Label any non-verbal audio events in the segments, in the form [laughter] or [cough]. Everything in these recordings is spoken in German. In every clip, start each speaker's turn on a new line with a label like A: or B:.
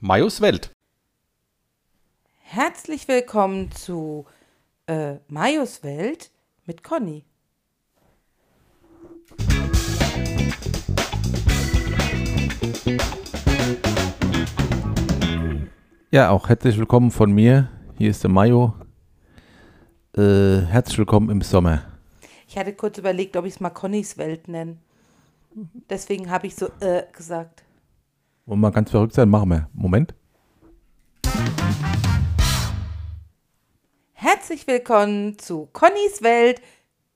A: Majos Welt.
B: Herzlich willkommen zu äh, Majos Welt mit Conny.
C: Ja, auch herzlich willkommen von mir. Hier ist der Mayo. Äh, herzlich willkommen im Sommer.
B: Ich hatte kurz überlegt, ob ich es mal Connys Welt nenne. Deswegen habe ich so äh, gesagt.
C: Wollen wir ganz verrückt sein? Machen wir. Moment.
B: Herzlich willkommen zu Connys Welt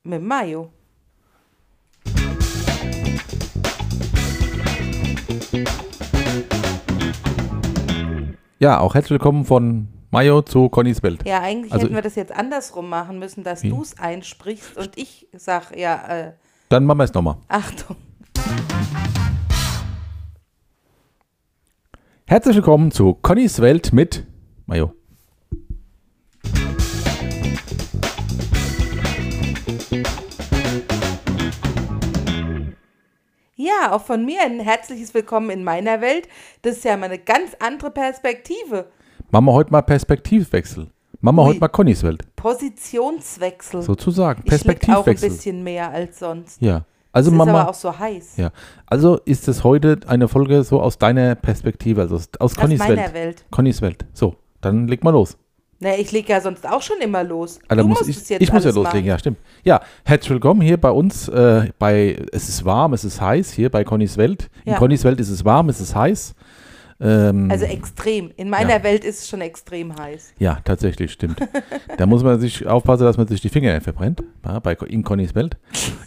B: mit Mayo.
C: Ja, auch herzlich willkommen von Mayo zu Connys Welt.
B: Ja, eigentlich
C: Also-
B: hätten wir das jetzt andersrum machen müssen, dass
C: Wie?
B: du es einsprichst und ich sag ja, äh,
C: Dann machen wir es nochmal.
B: Achtung.
C: Herzlich willkommen zu Connys Welt mit Mayo.
B: Ja, auch von mir ein herzliches Willkommen in meiner Welt. Das ist ja mal eine ganz andere Perspektive.
C: Machen wir heute mal Perspektivwechsel. Machen wir
B: Ui.
C: heute mal Connys Welt.
B: Positionswechsel.
C: Sozusagen.
B: ich leg auch ein
C: Perspektivwechsel.
B: bisschen mehr als sonst.
C: Ja. Also
B: es ist
C: machen
B: aber
C: wir.
B: auch so heiß.
C: Ja. Also ist es heute eine Folge so aus deiner Perspektive, also aus, aus
B: Aus
C: Connys
B: meiner
C: Welt.
B: Welt.
C: Connys Welt. So, dann leg mal los.
B: Naja, ich lege ja sonst auch schon immer los.
C: Ah,
B: du
C: dann
B: musst
C: ich,
B: es jetzt
C: ich muss ja
B: alles
C: loslegen,
B: machen.
C: ja, stimmt. Ja, herzlich willkommen hier bei uns. Äh, bei Es ist warm, es ist heiß, hier bei Connys Welt. In
B: Ja.
C: Connys Welt ist es warm, es ist heiß. Ähm,
B: Also extrem. In meiner
C: Ja.
B: Welt ist es schon extrem heiß.
C: ja, tatsächlich,
B: [laughs]
C: stimmt. da muss man sich aufpassen, dass man sich die Finger nicht verbrennt. Ja, bei, in Connys Welt.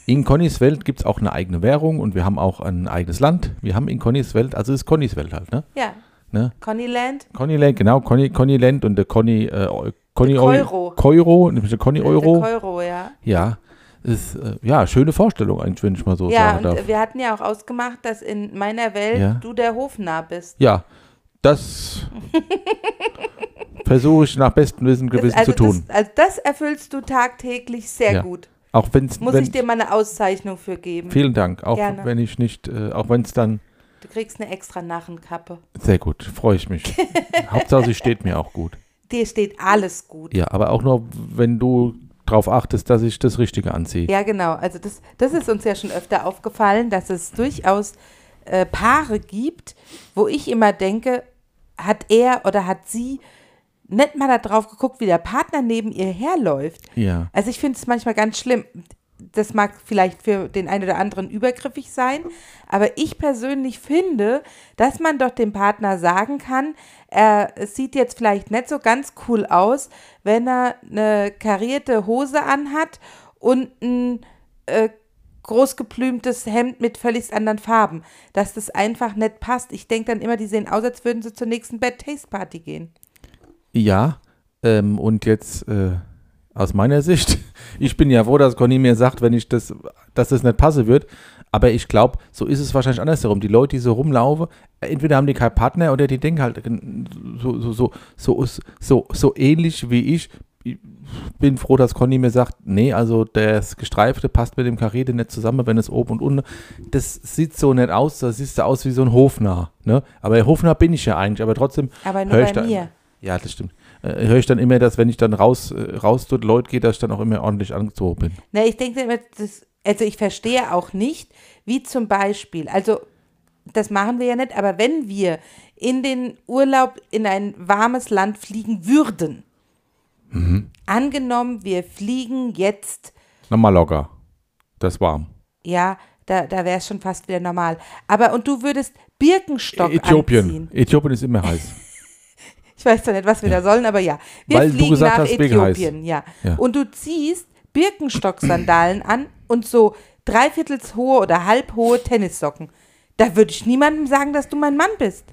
C: In Connys Welt gibt es auch eine eigene Währung und wir haben auch ein eigenes Land. Wir haben in Connys Welt, also es ist Connys Welt halt, ne?
B: Ja.
C: ne?
B: Connyland,
C: Conny Land, genau, Conny, Conny Land und der Conny, äh, Conny
B: Der
C: Euro. Euro, nämlich der Conny Euro.
B: Der Euro, ja.
C: Ja, ist, äh, ja, schöne Vorstellung eigentlich, wenn ich mal so
B: Ja,
C: sagen
B: und
C: darf.
B: äh, wir hatten ja auch ausgemacht, dass in meiner Welt
C: Ja.
B: du der Hofnarr bist.
C: ja,
B: [laughs]
C: das versuche ich nach bestem Wissen und
B: Das-
C: Gewissen
B: also,
C: zu tun.
B: Das, also das erfüllst du tagtäglich sehr
C: Ja.
B: gut.
C: Auch wenn's,
B: Muss
C: wenn
B: ich dir mal eine Auszeichnung für geben.
C: Vielen Dank, auch
B: Gerne.
C: wenn ich nicht, äh, auch wenn es dann,
B: Du kriegst eine extra Narrenkappe.
C: sehr gut, freue ich
B: [laughs]
C: mich. Hauptsache, sie steht mir auch gut.
B: Dir steht alles gut.
C: Ja, aber auch nur, wenn du drauf achtest, dass ich das Richtige anziehe.
B: Ja, genau. Also das, das ist uns ja schon öfter aufgefallen, dass es durchaus äh, Paare gibt, wo ich immer denke, hat er oder hat sie nicht mal darauf geguckt, wie der Partner neben ihr herläuft.
C: Ja.
B: Also ich finde es manchmal ganz schlimm. Das mag vielleicht für den einen oder anderen übergriffig sein, aber ich persönlich finde, dass man doch dem Partner sagen kann, er es sieht jetzt vielleicht nicht so ganz cool aus, wenn er eine karierte Hose anhat und ein äh, großgeblümtes Hemd mit völlig anderen Farben, dass das einfach nicht passt. Ich denke dann immer, die sehen aus, als würden sie zur nächsten Bad Taste Party gehen.
C: Ja, ähm, und jetzt äh, aus meiner Sicht, [laughs] ich bin ja froh, dass Conny mir sagt, wenn ich das, dass das nicht passe wird. Aber ich glaube, so ist es wahrscheinlich andersherum. Die Leute, die so rumlaufen, entweder haben die keinen Partner oder die denken halt äh, so, so, so, so, so, so ähnlich wie ich. Ich bin froh, dass Conny mir sagt, nee, also das Gestreifte passt mit dem Karete nicht zusammen, wenn es oben und unten. Das sieht so nicht aus, das sieht so aus wie so ein Hofnarr. Ne? Aber Hofnarr bin ich ja eigentlich, aber trotzdem
B: Aber nur
C: Hör ich
B: bei
C: da-
B: mir.
C: ja, das stimmt. Äh, Höre ich dann immer, dass wenn ich dann raus, äh, raus tut, Leute gehe, dass ich dann auch immer ordentlich angezogen bin.
B: Na, Ne, ich denke immer, das, also ich verstehe auch nicht, wie zum Beispiel, also das machen wir ja nicht, aber wenn wir in den Urlaub in ein warmes Land fliegen würden, angenommen, wir fliegen jetzt
C: Nochmal locker. Das warm.
B: Ja, da, da wäre es schon fast wieder normal. Aber und du würdest Birkenstock
C: Äthiopien.
B: anziehen.
C: Äthiopien ist immer heiß.
B: Ich weiß zwar nicht, was wir da sollen, aber ja. Wir
C: Weil du
B: fliegen
C: gesagt
B: nach
C: hast, wegen
B: Äthiopien, ja.
C: Ja.
B: Und du ziehst Birkenstock-Sandalen an und so dreiviertels hohe oder halb hohe Tennissocken. Da würde ich niemandem sagen, dass du mein Mann bist.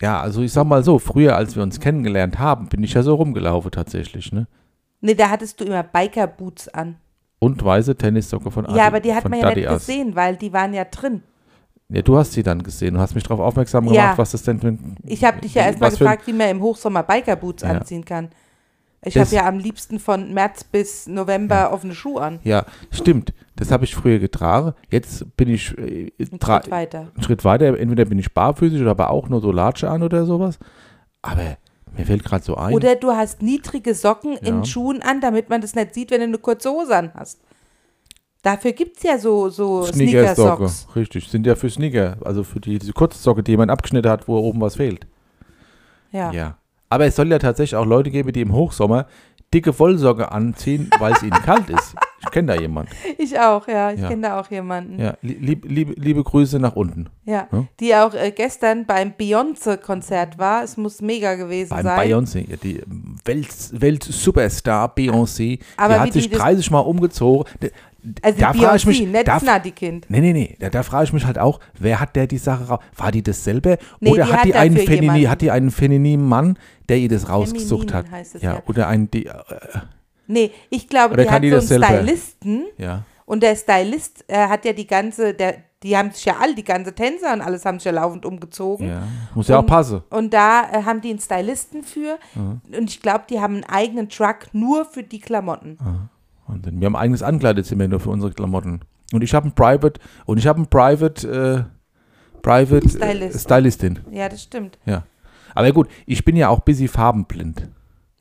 C: ja, also ich sag mal so, früher, als wir uns kennengelernt haben, bin ich ja so rumgelaufen tatsächlich, ne?
B: Nee, da hattest du immer Biker-Boots an.
C: Und weiße Tennissocke von Adi,
B: ja, aber die hat
C: Ah, von
B: man ja nicht
C: Adidas.
B: gesehen, weil die waren ja drin.
C: Ja, du hast sie dann gesehen. Du hast mich darauf aufmerksam
B: Ja.
C: gemacht, was das denn für ein.
B: Ich habe dich ja erstmal
C: was für ein-
B: gefragt, wie man im Hochsommer Biker-Boots
C: Ja.
B: anziehen kann. Ich habe
C: Es-
B: ja am liebsten von März bis November offene Schuhe an.
C: Ja, stimmt. Das habe ich früher getragen. Jetzt bin ich äh,
B: Einen
C: tra-
B: Schritt weiter.
C: einen Schritt weiter. Entweder bin ich barfüßig oder aber auch nur so Latsche an oder sowas. Aber mir fällt gerade so ein.
B: Oder du hast niedrige Socken
C: Ja.
B: in Schuhen an, damit man das nicht sieht, wenn du eine kurze Hose an hast. Dafür gibt es ja so, so
C: Sneakersocke.
B: Sneaker-Socks.
C: Richtig, sind ja für Sneaker. Also für die, diese Kurzsocke, die jemand abgeschnitten hat, wo oben was fehlt.
B: Ja.
C: Ja. Aber es soll ja tatsächlich auch Leute geben, die im Hochsommer dicke Wollsocke anziehen, weil
B: [laughs]
C: es ihnen kalt ist. Ich kenne da jemanden.
B: Ich auch, ja. Ich
C: Ja.
B: kenne da auch jemanden. Ja.
C: Ja, li- lieb, liebe, liebe Grüße nach unten. Ja.
B: Die auch äh, gestern beim Beyoncé-Konzert war. Es muss mega gewesen
C: Beim
B: sein.
C: Beyoncé, ja, die Welt, Welt-Superstar Beyoncé, die
B: Aber wie
C: hat
B: die
C: sich
B: das-
C: 30 Mal umgezogen. D-
B: also
C: da frage ich mich,
B: Beyoncé, nicht
C: da,
B: das Nadi-Kind.
C: nee, nee, nee, da, da frage ich mich halt auch, wer hat der die Sache raus? War die das selber?
B: Nee,
C: oder
B: die
C: hat,
B: hat
C: die einen
B: dafür
C: Fenini,
B: jemanden.
C: hat die einen femininen Mann, der ihr das rausgesucht
B: Feminin
C: hat?
B: heißt es,
C: ja,
B: ja.
C: oder einen, die, äh,
B: Nee, ich glaube,
C: Oder
B: die
C: kann
B: hat
C: die
B: so einen
C: das selber?
B: Stylisten
C: ja,
B: und der Stylist äh, hat ja die ganze, der, die haben sich ja all, die ganze Tänzer und alles haben sich ja laufend umgezogen.
C: ja, muss ja auch
B: Hm? Und-
C: passen.
B: Und da äh, haben die einen Stylisten für
C: Mhm.
B: und ich glaube, die haben einen eigenen Truck nur für die Klamotten.
C: Ah. Wahnsinn. Wir haben ein eigenes Ankleidezimmer nur für unsere Klamotten. Und ich habe ein Private und ich habe ein Private äh, Private Äh,
B: Stylist.
C: Stylistin.
B: Ja, das stimmt.
C: Ja. Aber gut, ich bin ja auch busy farbenblind.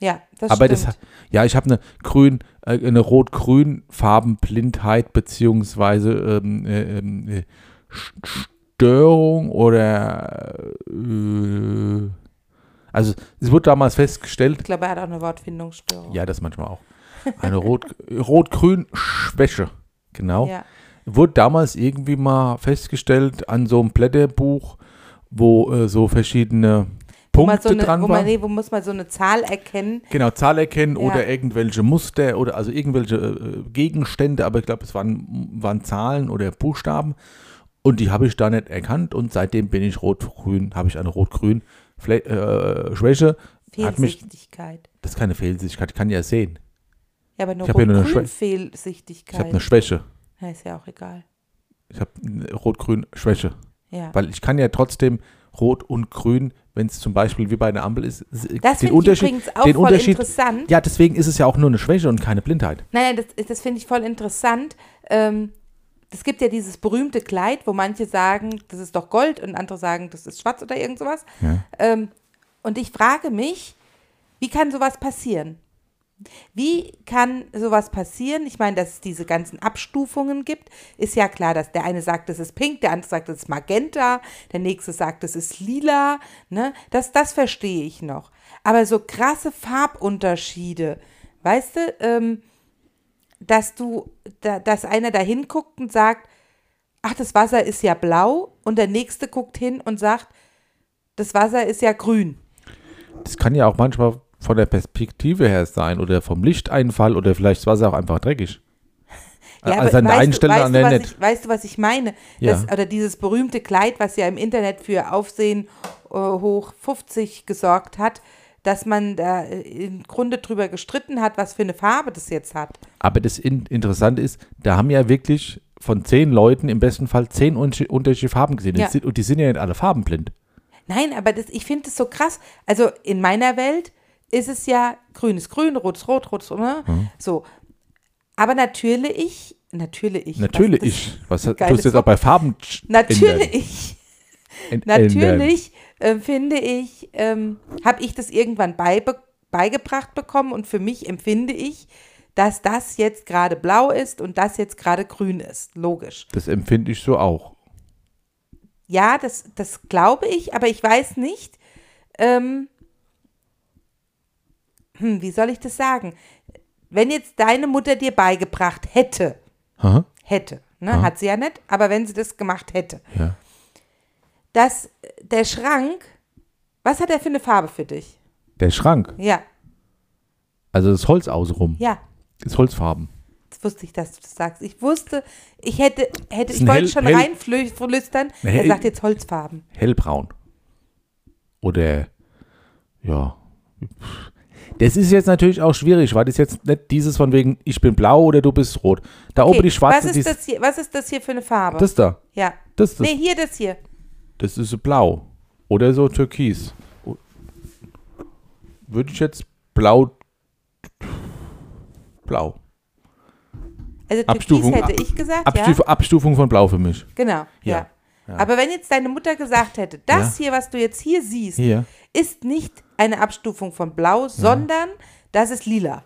B: Ja, das
C: Aber
B: stimmt.
C: das ja, ich habe eine grün äh, eine rot-grün Farbenblindheit beziehungsweise ähm, äh, ähm, äh, Sch- Störung oder äh, also es wurde damals festgestellt,
B: ich glaube, er hat auch eine Wortfindungsstörung.
C: ja, das manchmal auch. Eine rot- [laughs] rot-grün Schwäche. Genau.
B: Ja.
C: Wurde damals irgendwie mal festgestellt an so einem Blätterbuch, wo äh, so verschiedene
B: Wo, man
C: Punkte
B: so eine,
C: dran
B: wo,
C: waren.
B: man, nee, wo muss man so eine Zahl erkennen?
C: Genau, Zahl erkennen
B: Ja.
C: oder irgendwelche Muster oder also irgendwelche äh, Gegenstände, aber ich glaube, es waren, waren Zahlen oder Buchstaben. Und die habe ich da nicht erkannt und seitdem bin ich rot-grün, habe ich eine rot-grün Flä- äh, Schwäche. Hat mich,
B: Fehlsichtigkeit.
C: das ist keine Fehlsichtigkeit, ich kann ja sehen.
B: Ja, aber nur
C: Ich hab ja nur eine Schwä-
B: rot-grün
C: Ich habe
B: Fehlsichtigkeit.
C: eine Schwäche.
B: Ja, ist ja auch egal.
C: Ich habe eine rot-grün Schwäche.
B: Ja.
C: Weil ich kann ja trotzdem rot und grün, wenn es zum Beispiel wie bei einer Ampel ist, s- den
B: Das finde ich
C: Unterschied.
B: übrigens auch
C: den
B: voll
C: Unterschied-
B: interessant.
C: ja, deswegen ist es ja auch nur eine Schwäche und keine Blindheit.
B: Nein, nein, das, das finde ich voll interessant. Ähm, es gibt ja dieses berühmte Kleid, wo manche sagen, das ist doch Gold und andere sagen, das ist schwarz oder irgend sowas.
C: Ja.
B: Ähm, und ich frage mich, wie kann sowas passieren? Wie kann sowas passieren? Ich meine, dass es diese ganzen Abstufungen gibt, ist ja klar, dass der eine sagt, das ist pink, der andere sagt, das ist magenta, der nächste sagt, das ist lila. Ne? Das, das verstehe ich noch. Aber so krasse Farbunterschiede, weißt du, ähm, dass du, da, dass einer da hinguckt und sagt, ach, das Wasser ist ja blau und der nächste guckt hin und sagt, das Wasser ist ja grün.
C: Das kann ja auch manchmal von der Perspektive her sein oder vom Lichteinfall oder vielleicht war es auch einfach dreckig.
B: Ja,
C: also
B: aber
C: an der
B: weißt
C: einen
B: du-
C: Stelle,
B: weißt
C: an
B: du,
C: der
B: was
C: nicht.
B: Ich, weißt du, was ich meine?
C: Ja.
B: Das, oder dieses berühmte Kleid, was ja im Internet für Aufsehen äh, hoch 50 gesorgt hat, dass man da äh, im Grunde drüber gestritten hat, was für eine Farbe das jetzt hat.
C: Aber das in, Interessante ist, da haben ja wirklich von zehn Leuten im besten Fall zehn unterschied- unterschiedliche Farben gesehen.
B: Ja.
C: Die sind- Und die sind ja nicht alle farbenblind.
B: Nein, aber das, ich finde es so krass. Also in meiner Welt ist es ja grün ist grün, rot ist rot, rot ist ne?
C: Mhm.
B: so. Aber natürlich, natürlich, was-
C: Natürlich,
B: das-
C: ich. Was tust
B: geiles
C: du jetzt auch bei Farben? sch-
B: natürlich.
C: ändern? Ent- ändern.
B: Natürlich äh, finde ich, ähm, habe ich das irgendwann beibe beigebracht bekommen und für mich empfinde ich, dass das jetzt gerade blau ist und das jetzt gerade grün ist. Logisch.
C: Das empfinde ich so auch.
B: Ja, das, das glaube ich, aber ich weiß nicht, ähm, hm, wie soll ich das sagen? Wenn jetzt deine Mutter dir beigebracht hätte,
C: Aha.
B: hätte, ne? hat sie ja nicht, aber wenn sie das gemacht hätte,
C: Ja.
B: dass der Schrank, was hat er für eine Farbe für dich?
C: Der Schrank,
B: Ja,
C: also das Holz außenrum,
B: ja.
C: ist Holzfarben.
B: Das wusste ich, dass du das sagst. Ich wusste, ich hätte, hätte
C: Ist
B: ich
C: ein
B: wollte
C: hell-
B: schon
C: hell-
B: reinflüstern.
C: Hell-
B: Er sagt jetzt Holzfarben.
C: hellbraun. Oder ja. Das ist jetzt natürlich auch schwierig, weil das jetzt nicht dieses von wegen, ich bin blau oder du bist rot. Da oben Oh, die
B: was,
C: schwarze, die
B: ist das hier, was ist das hier für eine Farbe?
C: das da.
B: ja.
C: Das, das,
B: nee, hier, das hier.
C: das ist so blau. Oder so türkis. O- Würde ich jetzt blau Blau.
B: Also Türkis
C: Abstufung-
B: hätte ich gesagt,
C: Abstuf Abstufung von Blau für mich.
B: ja. Genau, ja.
C: Ja,
B: Aber wenn jetzt deine Mutter gesagt hätte, das hier, was du jetzt hier siehst,
C: Hier.
B: ist nicht eine Abstufung von Blau, sondern das ist lila.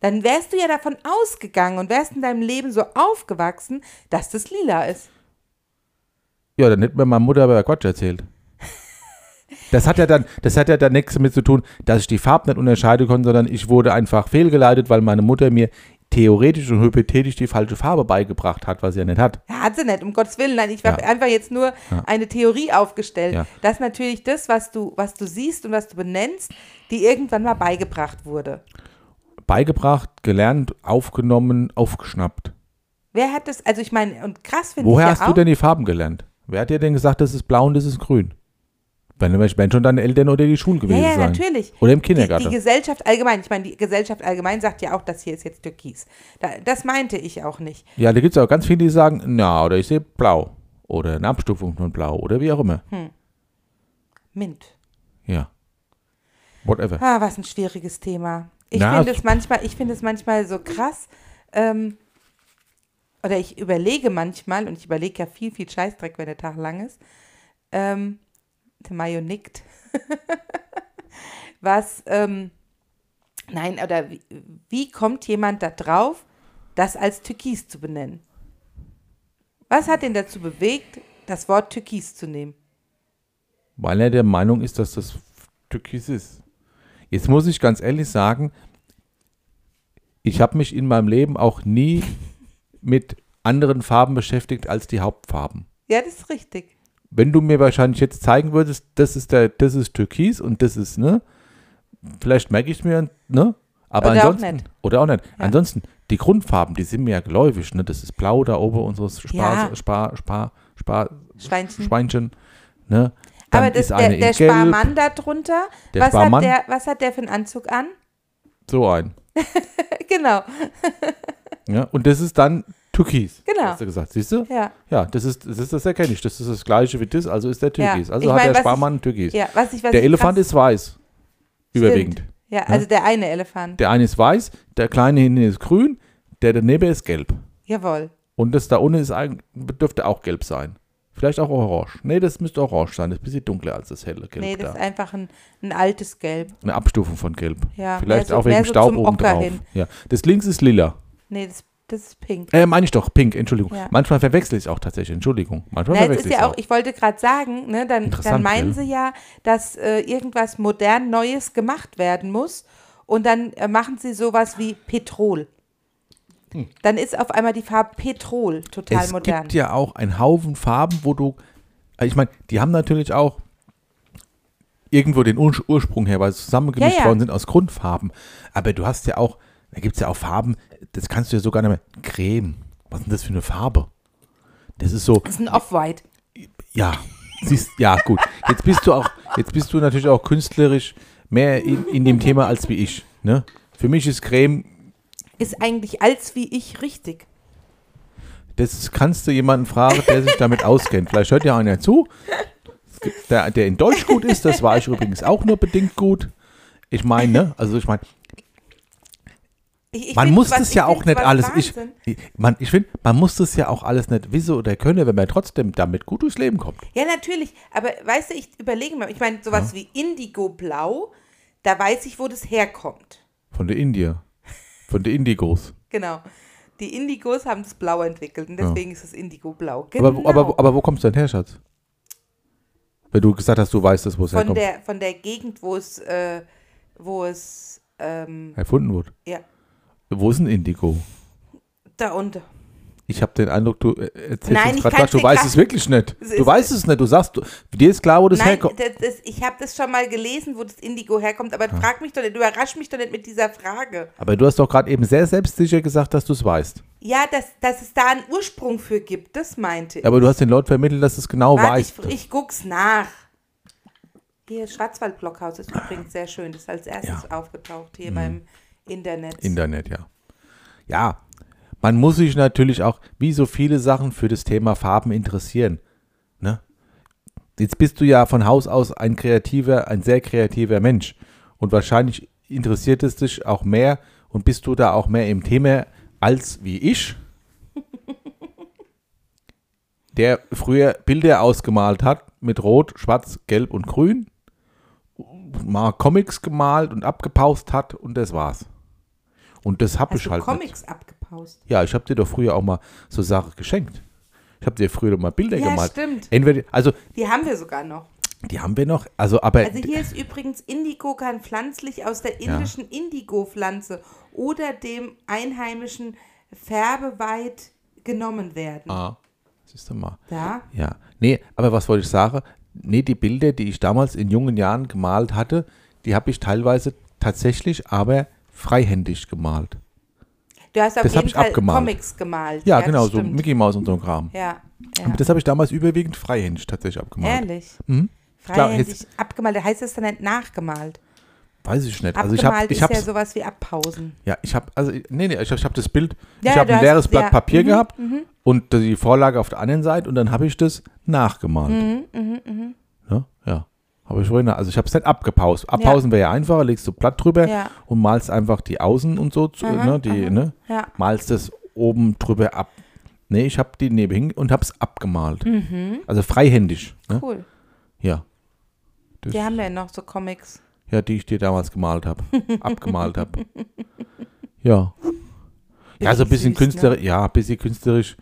B: Dann wärst du ja davon ausgegangen und wärst in deinem Leben so aufgewachsen, dass das lila ist.
C: Ja, dann hätte mir meine Mutter aber Quatsch
B: [laughs]
C: erzählt. Das hat ja dann, das hat ja dann nichts damit zu tun, dass ich die Farben nicht unterscheiden konnte, sondern ich wurde einfach fehlgeleitet, weil meine Mutter mir theoretisch und hypothetisch die falsche Farbe beigebracht hat, was sie ja nicht hat.
B: Ja, hat sie nicht, um Gottes Willen. Nein, ich habe
C: Ja.
B: einfach jetzt nur eine Theorie aufgestellt,
C: Ja.
B: dass natürlich das, was du, was du siehst und was du benennst, die irgendwann mal beigebracht wurde.
C: Beigebracht, gelernt, aufgenommen, aufgeschnappt.
B: Wer hat das, also ich meine, und krass finde ich
C: Woher
B: ja
C: hast
B: auch,
C: du denn die Farben gelernt? Wer hat dir denn gesagt, das ist blau und das ist grün? Wenn, wenn schon deine Eltern oder die Schule
B: ja,
C: gewesen
B: ja,
C: sein.
B: natürlich.
C: Oder im
B: Die,
C: Kindergarten.
B: die Gesellschaft allgemein, ich meine, die Gesellschaft allgemein sagt ja auch, das hier ist jetzt türkis. Da, das meinte ich auch nicht.
C: ja, da gibt es auch ganz viele, die sagen, na, oder ich sehe blau. Oder eine Abstufung von blau oder wie auch immer.
B: Mint.
C: Ja. Whatever.
B: Ah, was ein schwieriges Thema. Ich
C: Na,
B: finde
C: es-
B: es manchmal, ich finde es manchmal so krass, ähm, oder ich überlege manchmal, und ich überlege ja viel, viel Scheißdreck, wenn der Tag lang ist, ähm, der Mayo nickt, [laughs] was, ähm, nein, oder wie, wie kommt jemand da drauf, das als Türkis zu benennen? Was hat ihn dazu bewegt, das Wort Türkis zu nehmen?
C: Weil er der Meinung ist, dass das türkis ist. Jetzt muss ich ganz ehrlich sagen, ich habe mich in meinem Leben auch nie mit anderen Farben beschäftigt als die Hauptfarben.
B: Ja, das ist richtig.
C: Wenn du mir wahrscheinlich jetzt zeigen würdest, das ist der, das ist türkis und das ist, ne? Vielleicht merke ich es mir, ne? Aber
B: Oder auch
C: ansonsten,
B: nicht.
C: Oder auch nicht.
B: Ja.
C: Ansonsten, die Grundfarben, die sind mir ja geläufig, ne? Das ist blau da oben, unseres Spar,
B: Ja.
C: Spar, Spar, Spar,
B: Schweinchen.
C: Mhm. Schweinchen. Ne? Dann
B: Aber das,
C: ist eine
B: der, der
C: in Gelb,
B: Sparmann da drunter,
C: Der
B: was,
C: Sparmann?
B: Hat der, was hat der für einen Anzug an? [laughs]
C: So ein.
B: genau,
C: Ja? Und das ist dann Türkis.
B: Genau.
C: Hast du gesagt, siehst du?
B: ja.
C: Ja, das ist, das ist das erkenne ich. Das ist das gleiche wie das, also ist der
B: Ja.
C: Türkis. Also
B: Ich
C: hat
B: mein, was
C: der
B: ich-
C: Sparmann einen Türkis.
B: ja was ich, was
C: der
B: ich
C: Elefant
B: krass
C: ist weiß.
B: finde.
C: Überwiegend.
B: Ja, also der eine Elefant.
C: Der eine ist weiß, der kleine hinten ist grün, der daneben ist gelb.
B: Jawohl.
C: Und das da unten ist eigentlich, dürfte auch gelb sein. Vielleicht auch orange. Nee, das müsste orange sein. Das ist ein bisschen dunkler als das helle Gelb
B: Nee, das
C: da.
B: ist einfach ein, ein altes Gelb.
C: Eine Abstufung von Gelb.
B: Ja, mehr
C: Vielleicht
B: so-
C: auch
B: mehr
C: wegen
B: so
C: Staub
B: zum
C: oben
B: Ocker
C: drauf.
B: hin.
C: Ja. Das links ist lila.
B: Nee, das, das ist pink. Ne,
C: Äh, meine ich doch, pink, Entschuldigung.
B: Ja.
C: Manchmal verwechsel ich es auch tatsächlich, Entschuldigung. Manchmal
B: Na, es
C: verwechsel
B: ist
C: ich es
B: ja
C: auch.
B: auch, ich wollte gerade sagen, ne, dann, dann
C: Interessant,
B: meinen
C: gell?
B: sie ja, dass äh, irgendwas modern Neues gemacht werden muss und dann äh, machen sie sowas wie Petrol. Dann ist auf einmal die Farbe Petrol total
C: Hm. es
B: modern.
C: gibt ja auch einen Haufen Farben, wo du, äh, ich meine, die haben natürlich auch irgendwo den Ur Ursprung her, weil sie zusammengemischt
B: Ja, ja.
C: worden sind aus Grundfarben. Aber du hast ja auch, da gibt es ja auch Farben, das kannst du ja sogar nicht mehr, Creme, was ist denn das für eine Farbe? Das ist so,
B: Das ist ein Off-White.
C: ja, [laughs] siehst, ja gut, jetzt bist du auch, jetzt bist du natürlich auch künstlerisch mehr in, in dem Thema als wie ich, ne? Für mich ist Creme
B: Ist eigentlich als wie ich richtig.
C: Das kannst du jemanden fragen, der sich damit auskennt. Vielleicht hört ja einer zu, Es gibt- der, der in Deutsch gut ist. Das war ich übrigens auch nur bedingt gut. Ich meine, ne? also ich meine,
B: Ich, ich
C: man
B: find
C: muss
B: sowas-
C: das
B: ich
C: ja
B: find
C: auch nicht
B: sowas
C: alles. Ich,
B: Wahnsinn.
C: ich- man, ich finde, man muss das ja auch alles nicht wissen oder können, wenn man trotzdem damit gut durchs Leben kommt.
B: ja, natürlich. Aber weißt du, ich überlege mir, ich meine, sowas wie Indigo-Blau, da weiß ich, wo das herkommt.
C: Von der India, von der Indigos.
B: Genau. Die Indigos haben das Blau entwickelt und deswegen ist es Indigo-Blau. Genau.
C: Aber, aber, aber wo kommst du denn her, Schatz? Weil du gesagt hast, du weißt es, wo es
B: von,
C: herkommt.
B: der, von der Gegend, wo es, äh, wo es, ähm,
C: Erfunden wurde.
B: ja,
C: Wo ist ein Indigo?
B: da unten.
C: Ich habe den Eindruck, du äh, erzählst
B: Nein,
C: uns
B: ich
C: gerade
B: kann's
C: Quatsch, du
B: dir
C: weißt
B: grad-
C: es wirklich nicht.
B: Es ist-
C: Du weißt es nicht, du sagst, du, dir ist klar, wo das
B: Nein,
C: herkommt.
B: das, das, ich habe das schon mal gelesen, wo das Indigo herkommt, aber frag mich doch nicht, überrasch mich doch nicht mit dieser Frage.
C: Aber du hast doch gerade eben sehr selbstsicher gesagt, dass du es weißt.
B: Ja, dass, dass es da einen Ursprung für gibt, das meinte ich.
C: Aber du hast den Leuten vermittelt, dass du es genau
B: Warte, ich,
C: weißt.
B: ich guck's nach. Hier, Schwarzwaldblockhaus ist übrigens sehr schön. Das ist als erstes aufgetaucht
C: Mhm.
B: hier beim Internet.
C: Internet, ja. Ja, man muss sich natürlich auch, wie so viele Sachen, für das Thema Farben interessieren. Ne? Jetzt bist du ja von Haus aus ein kreativer, ein sehr kreativer Mensch. Und wahrscheinlich interessiert es dich auch mehr und bist du da auch mehr im Thema als wie ich, der früher Bilder ausgemalt hat mit Rot, Schwarz, Gelb und Grün, mal Comics gemalt und abgepaust hat und das war's. Und das hab
B: Hast
C: ich
B: du
C: halt. nicht.
B: Comics abgepaust?
C: Ja, ich hab dir doch früher auch mal so Sachen geschenkt. Ich hab dir früher mal Bilder
B: Ja,
C: gemalt.
B: stimmt.
C: Entweder, also
B: Die haben wir sogar noch.
C: die haben wir noch, also aber
B: Also hier ist übrigens Indigo kann pflanzlich aus der indischen Indigo-Pflanze oder dem einheimischen Färbeweit genommen werden.
C: Ah, siehst du mal.
B: Da.
C: Ja, nee, aber was wollte ich sagen? Nee, die Bilder, die ich damals in jungen Jahren gemalt hatte, die habe ich teilweise tatsächlich, aber freihändig gemalt.
B: Du hast auf
C: Das hab
B: jeden
C: ich
B: Fall
C: abgemalt.
B: Comics gemalt.
C: Ja, genau,
B: das
C: so
B: stimmt.
C: Mickey Mouse und so ein Kram.
B: Ja, ja.
C: Aber Das habe ich damals überwiegend freihändig tatsächlich abgemalt.
B: Ehrlich.
C: Hm? Klar, jetzt-
B: Freihändig abgemalt. Heißt das dann nicht nachgemalt?
C: Weiß ich nicht. Also ich habe
B: Abgemalt
C: ich
B: ist
C: hab's,
B: ja sowas wie abpausen.
C: ja, ich habe also nee, nee, ich habe ich hab das Bild,
B: Ja,
C: ich
B: ja,
C: habe
B: du
C: ein
B: hast-
C: leeres Blatt
B: ja. Mhm,
C: Papier gehabt und die Vorlage auf der anderen Seite und dann habe ich das nachgemalt.
B: Mhm,
C: Ja, ja. Habe ich vorhin, also ich habe es nicht abgepaust. Abpausen wäre ja einfacher, legst du Blatt drüber
B: Ja.
C: und malst einfach die Außen und so, zu, ne, die, ne,
B: Ja.
C: malst das oben drüber ab. Nee, ich habe die nebenhin und habe es abgemalt. Also freihändig. Ne?
B: Mhm. Cool.
C: Ja. Das,
B: Die haben wir ja noch so Comics.
C: ja, die ich dir damals gemalt habe, abgemalt habe. Ja. Ja, so ein bisschen
B: Süß, ne?
C: künstlerisch, ja, ein bisschen künstlerisch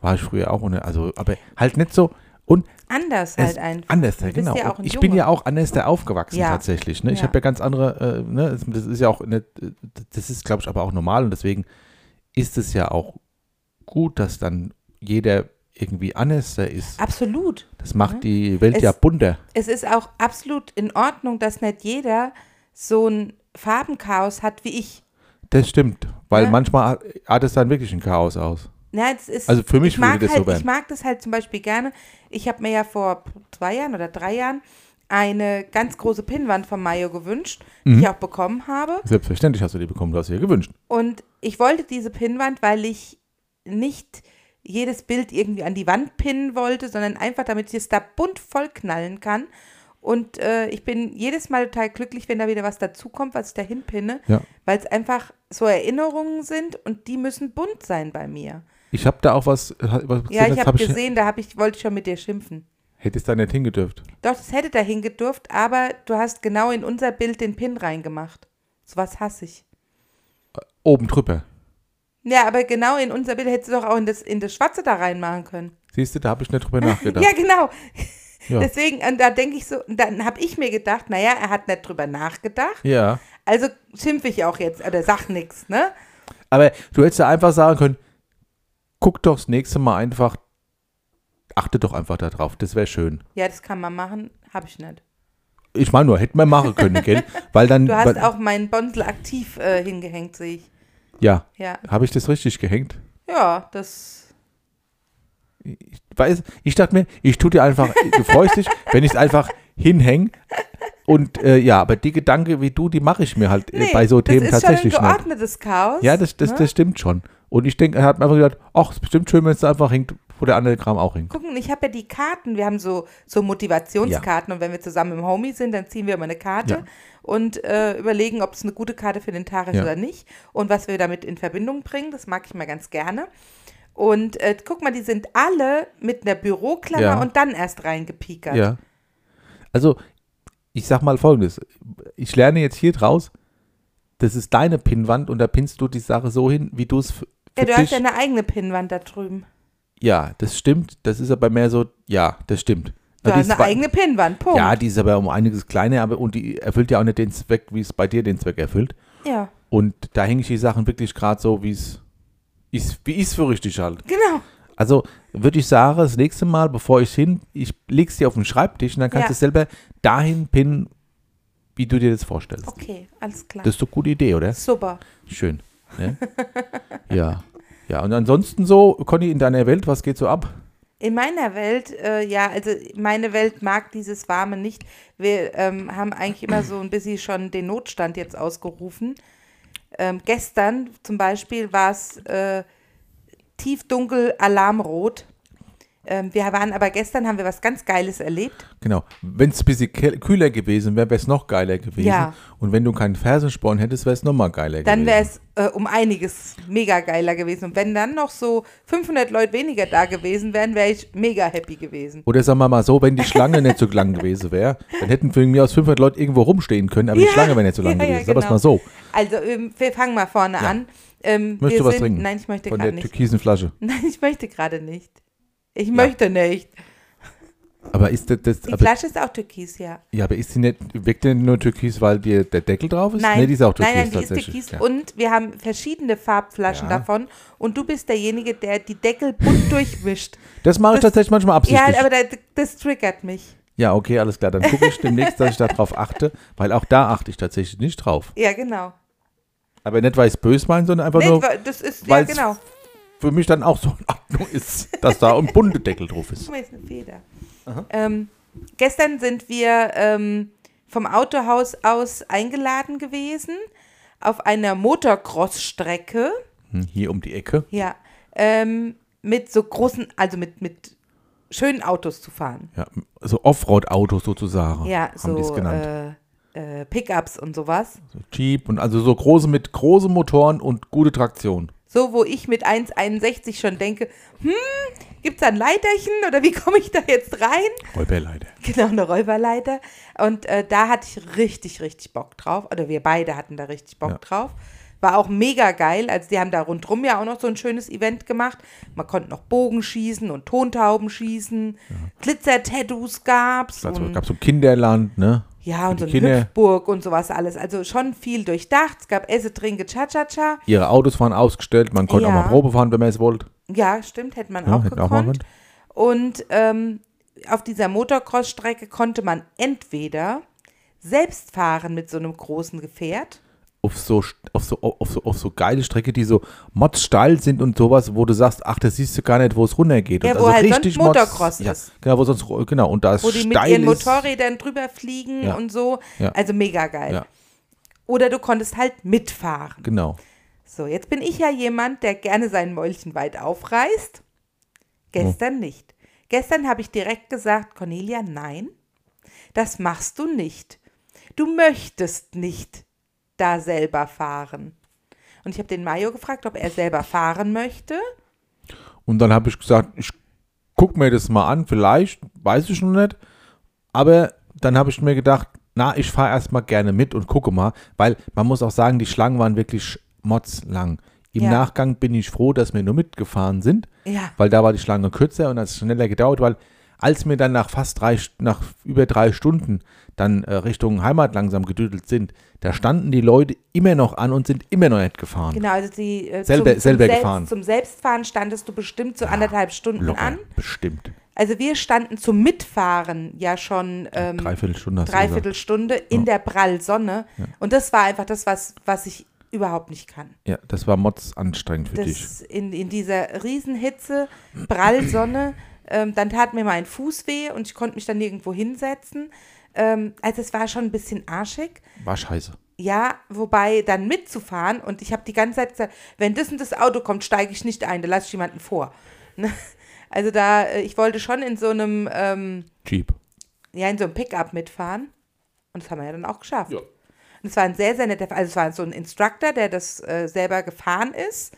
C: war ich früher auch ohne, also, aber halt nicht so und
B: Anders
C: es-
B: halt einfach.
C: anders,
B: Du bist
C: genau.
B: ja auch ein
C: ich bin
B: Junge.
C: ja auch anders da aufgewachsen
B: Ja.
C: tatsächlich, ne? Ich
B: Ja.
C: habe ja ganz andere, äh, ne, das- das ist ja auch nicht, das ist glaube ich aber auch normal und deswegen ist es ja auch gut, dass dann jeder irgendwie anders da ist.
B: Absolut.
C: Das macht die Welt
B: Mhm. Es-
C: ja bunter.
B: Es ist auch absolut in Ordnung, dass nicht jeder so ein Farbenchaos hat wie ich.
C: Das stimmt, weil
B: Ja.
C: manchmal hat es dann wirklich ein Chaos aus.
B: Na, es ist,
C: Also für mich
B: ich mag
C: würde das so
B: halt, Ich
C: werden.
B: mag das halt zum Beispiel gerne. Ich habe mir ja vor zwei Jahren oder drei Jahren eine ganz große Pinnwand von Mayo gewünscht,
C: Mhm.
B: die ich auch bekommen habe.
C: Selbstverständlich hast du die bekommen, du hast sie dir gewünscht.
B: Und ich wollte diese Pinnwand, weil ich nicht jedes Bild irgendwie an die Wand pinnen wollte, sondern einfach, damit ich es da bunt voll knallen kann. Und äh, ich bin jedes Mal total glücklich, wenn da wieder was dazukommt, was ich da hinpinne,
C: Ja.
B: weil es einfach so Erinnerungen sind und die müssen bunt sein bei mir.
C: Ich habe da auch was, äh, was
B: Ja, ich
C: das
B: habe gesehen, da hab ich, wollte ich schon mit dir schimpfen.
C: hättest da nicht hingedürft.
B: Doch, das hätte dahin gedurft, aber du hast genau in unser Bild den Pin reingemacht. Sowas hasse ich.
C: Oben drüber.
B: Ja, aber genau in unser Bild hättest du doch auch in das, in das Schwarze da reinmachen können.
C: Siehst du, da habe ich nicht drüber nachgedacht.
B: [laughs] Ja, genau.
C: Ja.
B: Deswegen, und da denke ich so, und dann habe ich mir gedacht, naja, er hat nicht drüber nachgedacht.
C: Ja.
B: Also schimpfe ich auch jetzt oder sag nichts, ne?
C: Aber du hättest ja einfach sagen können, guck doch das nächste Mal einfach, achte doch einfach da drauf, das wäre schön.
B: Ja, das kann man machen, habe ich nicht.
C: Ich meine nur, hätten wir machen können,
B: [laughs]
C: gell? Weil dann,
B: Du hast
C: weil,
B: auch meinen Bonsel aktiv äh, hingehängt, sehe ich.
C: ja,
B: Ja.
C: habe ich das richtig gehängt?
B: Ja, das.
C: Ich weiß, ich dachte mir, ich tue dir einfach, du freust dich, wenn ich es einfach hinhänge. Und äh, ja, aber die Gedanke wie du, die mache ich mir halt äh,
B: Nee,
C: bei so Themen
B: das ist
C: tatsächlich
B: schon ne? ein
C: nicht.
B: geordnetes Chaos.
C: Ja, das, das, das stimmt schon. Und ich denke, er hat mir einfach gedacht, ach, ist bestimmt schön, wenn es da einfach hängt, wo der andere Kram auch hängt.
B: Gucken, ich habe ja die Karten. Wir haben so, so Motivationskarten und wenn wir zusammen im Homie sind, dann ziehen wir immer eine Karte
C: Ja.
B: und äh, überlegen, ob es eine gute Karte für den Tag ist
C: Ja.
B: oder nicht und was wir damit in Verbindung bringen. Das mag ich mal ganz gerne. Und äh, guck mal, die sind alle mit einer Büroklammer
C: Ja.
B: und dann erst reingepiekert.
C: Ja. Also, ich sag mal folgendes. Ich lerne jetzt hier draus, das ist deine Pinnwand und da pinnst du die Sache so hin, wie du es f- für
B: Ja, du
C: dich.
B: hast ja eine eigene Pinnwand da drüben.
C: ja, das stimmt. Das ist aber mehr so, ja, das stimmt.
B: Du
C: Na, die
B: hast
C: ist
B: eine
C: bei-
B: eigene Pinnwand, Punkt.
C: Ja, die ist aber um einiges kleiner, aber und die erfüllt ja auch nicht den Zweck, wie es bei dir den Zweck erfüllt.
B: ja.
C: Und da hänge ich die Sachen wirklich gerade so, wie es ich's- wie ich es für richtig halte.
B: genau.
C: Also würde ich sagen, das nächste Mal, bevor ich hin, ich leg's dir auf den Schreibtisch und dann kannst
B: Ja.
C: du es selber dahin pinnen, wie du dir das vorstellst.
B: Okay, alles klar.
C: Das ist doch eine gute Idee, oder?
B: Super.
C: Schön.
B: [laughs]
C: Ne? ja. Ja, und ansonsten so, Conny, in deiner Welt, was geht so ab?
B: In meiner Welt, äh, ja, also meine Welt mag dieses Warme nicht. Wir ähm, haben eigentlich immer so ein bisschen schon den Notstand jetzt ausgerufen. Ähm, gestern zum Beispiel war es äh, tiefdunkel alarmrot. Ähm, wir waren aber gestern, haben wir was ganz Geiles erlebt.
C: Genau. Wenn es ein bisschen kä- kühler gewesen wäre, wäre es noch geiler gewesen.
B: Ja.
C: Und wenn du keinen Fersensporn hättest, wäre es nochmal geiler
B: Dann
C: gewesen.
B: wäre es äh, um einiges mega geiler gewesen. Und wenn dann noch so 500 Leute weniger da gewesen wären, wäre ich mega happy gewesen.
C: Oder sagen wir mal so, wenn die Schlange nicht so lang gewesen wäre, dann hätten von mir aus 500 Leute irgendwo rumstehen können, aber
B: Ja.
C: die Schlange wäre nicht so lang
B: Ja, ja,
C: gewesen. Sagen wir es mal so.
B: genau. Also, ähm, wir fangen mal vorne an. Ähm,
C: Möchtest
B: wir
C: du was
B: sind,
C: trinken?
B: Nein, ich möchte
C: Von
B: gerade
C: der
B: nicht. Mhm.
C: türkisen Flasche.
B: Nein, ich möchte gerade nicht. Ich möchte nicht.
C: Aber ist das, das
B: Die
C: aber,
B: Flasche ist auch türkis, ja.
C: ja, aber ist die nicht, wirkt die nicht nur türkis, weil dir der Deckel drauf ist?
B: Nein,
C: nee, die ist auch türkis
B: nein, nein, die ist
C: tatsächlich.
B: türkis.
C: ja.
B: Und wir haben verschiedene Farbflaschen
C: Ja.
B: davon. Und du bist derjenige, der die
C: [laughs]
B: Deckel bunt durchmischt.
C: das mache ich
B: das-
C: tatsächlich manchmal
B: ja,
C: absichtlich.
B: aber da, das triggert mich.
C: ja, okay, alles klar. Dann gucke ich demnächst, dass ich darauf achte, weil auch da achte ich tatsächlich nicht drauf.
B: Ja, genau.
C: Aber nicht, weil ich es böse meine, sondern einfach
B: Nee,
C: nur,
B: wa- das ist, ja,
C: weil's-
B: genau.
C: für mich dann auch so in Ordnung ist, dass da ein bunter Deckel drauf ist.
B: Guck mal, ist eine Feder. Ähm, gestern sind wir ähm, vom Autohaus aus eingeladen gewesen auf einer Motocross-Strecke.
C: Hm, Hier um die Ecke.
B: Ja, ähm, mit so großen, also mit, mit schönen Autos zu fahren.
C: Ja, so Offroad-Autos sozusagen.
B: Ja,
C: haben die es
B: so
C: genannt.
B: äh, äh, Pickups und sowas.
C: so Jeep und also so große mit großen Motoren und gute Traktion.
B: So, wo ich mit 1,61 schon denke, hm, gibt's da ein Leiterchen oder wie komme ich da jetzt rein?
C: Räuberleiter.
B: [laughs] Genau, eine Räuberleiter. Und äh, da hatte ich richtig, richtig Bock drauf. Oder wir beide hatten da richtig Bock
C: Ja.
B: drauf. War auch mega geil. Also die haben da rundrum ja auch noch so ein schönes Event gemacht. Man konnte noch Bogen schießen und Tontauben schießen. Glitzer-Tattoos gab's.
C: Also
B: und
C: gab es so ein Kinderland, ne?
B: Mhm. ja,
C: Für
B: und so
C: die
B: eine
C: Kinder.
B: Hüpfburg und sowas alles. Also schon viel durchdacht. Es gab Esse, Trinke, Cha-Cha-Cha.
C: Ihre Autos waren ausgestellt, man konnte
B: Ja.
C: auch mal Probe fahren, wenn man es wollte.
B: Ja, stimmt, hätte man
C: Ja,
B: auch
C: hätten auch
B: gekonnt.
C: mal gekonnt.
B: Und ähm, auf dieser Motocross-Strecke konnte man entweder selbst fahren mit so einem großen Gefährt.
C: Auf so, st- auf so, auf so, auf so geile Strecke, die so motzsteil sind und sowas, wo du sagst, ach, das siehst du gar nicht, wo es runtergeht.
B: Ja,
C: und
B: wo halt sonst
C: motz-
B: Motocross
C: ja,
B: ist.
C: Genau, wo sonst, ro- genau, und da ist
B: wo die mit
C: steil
B: ihren
C: ist,
B: Motorrädern drüber fliegen
C: Ja.
B: und so.
C: Ja.
B: Also mega geil.
C: Ja.
B: Oder du konntest halt mitfahren.
C: Genau.
B: So, jetzt bin ich ja jemand, der gerne sein Mäulchen weit aufreißt.
C: Hm.
B: Gestern nicht. Gestern habe ich direkt gesagt, Cornelia, nein, das machst du nicht. Du möchtest nicht da selber fahren. Und ich habe den Mario gefragt, ob er selber fahren möchte.
C: Und dann habe ich gesagt, ich guck mir das mal an, vielleicht, weiß ich noch nicht. Aber dann habe ich mir gedacht, na, ich fahre erstmal gerne mit und gucke mal, weil man muss auch sagen, die Schlangen waren wirklich motzlang. Im
B: Ja.
C: Nachgang bin ich froh, dass wir nur mitgefahren sind,
B: Ja.
C: Ah. weil da war die Schlange kürzer und hat es schneller gedauert, weil als wir dann nach fast drei, St- nach über drei Stunden dann äh, Richtung Heimat langsam gedüdelt sind, da standen die Leute immer noch an und sind immer noch nicht gefahren.
B: Genau, also die äh,
C: Selber-
B: zum, zum,
C: selber
B: Selbst,
C: gefahren.
B: zum Selbstfahren standest du bestimmt so anderthalb Stunden
C: Locker,
B: an.
C: bestimmt.
B: Also wir standen zum Mitfahren ja schon ähm,
C: Dreiviertel Stunde hast du gesagt.
B: dreiviertel Stunde in der Prallsonne. Und das war einfach das, was, was ich überhaupt nicht kann.
C: Ja, das war Mods anstrengend für dich.
B: Das in, in dieser Riesenhitze, Prallsonne, ähm, dann tat mir mein Fuß weh und ich konnte mich dann nirgendwo hinsetzen. Ähm, also es war schon ein bisschen arschig.
C: War scheiße.
B: Ja, wobei dann mitzufahren und ich habe die ganze Zeit gesagt, wenn das und das Auto kommt, steige ich nicht ein, da lasse ich jemanden vor. [laughs] Ne? Also da, äh, ich wollte schon in so einem, ähm,
C: Jeep.
B: ja, in so einem Pickup mitfahren und das haben wir ja dann auch geschafft. Und es war ein sehr, sehr netter, also es war so ein Instructor, der das äh, selber gefahren ist.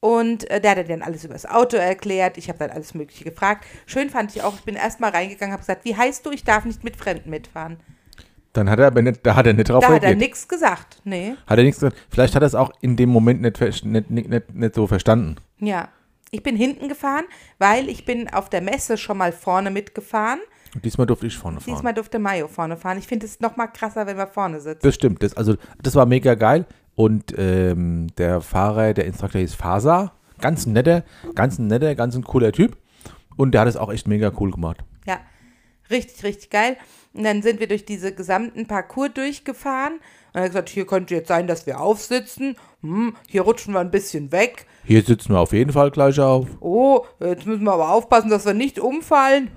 B: Und äh, der hat dann alles über das Auto erklärt. Ich habe dann alles Mögliche gefragt. Schön fand ich auch, ich bin erstmal reingegangen, habe gesagt, wie heißt du? Ich darf nicht mit Fremden mitfahren.
C: Dann hat er aber nicht, da hat er nicht drauf
B: Da hat er
C: reagiert.
B: nichts gesagt. Nee.
C: hat er nichts gesagt. Vielleicht hat er es auch in dem Moment nicht, ver- nicht, nicht, nicht, nicht so verstanden.
B: Ja. Ich bin hinten gefahren, weil ich bin auf der Messe schon mal vorne mitgefahren.
C: Und diesmal durfte ich vorne fahren.
B: Diesmal durfte Mayo vorne fahren. Ich finde es noch mal krasser, wenn man vorne sitzt.
C: Das stimmt. Das, also, das war mega geil. Und ähm, der Fahrer, der Instruktor hieß Fasa. Ganz ein netter, ganz ein netter, ganz ein cooler Typ. Und der hat es auch echt mega cool gemacht.
B: Ja. Richtig, richtig geil. Und dann sind wir durch diese gesamten Parcours durchgefahren. Und er hat gesagt, hier könnte jetzt sein, dass wir aufsitzen. Hm, hier rutschen wir ein bisschen weg.
C: Hier sitzen wir auf jeden Fall gleich auf,
B: Oh, jetzt müssen wir aber aufpassen, dass wir nicht umfallen.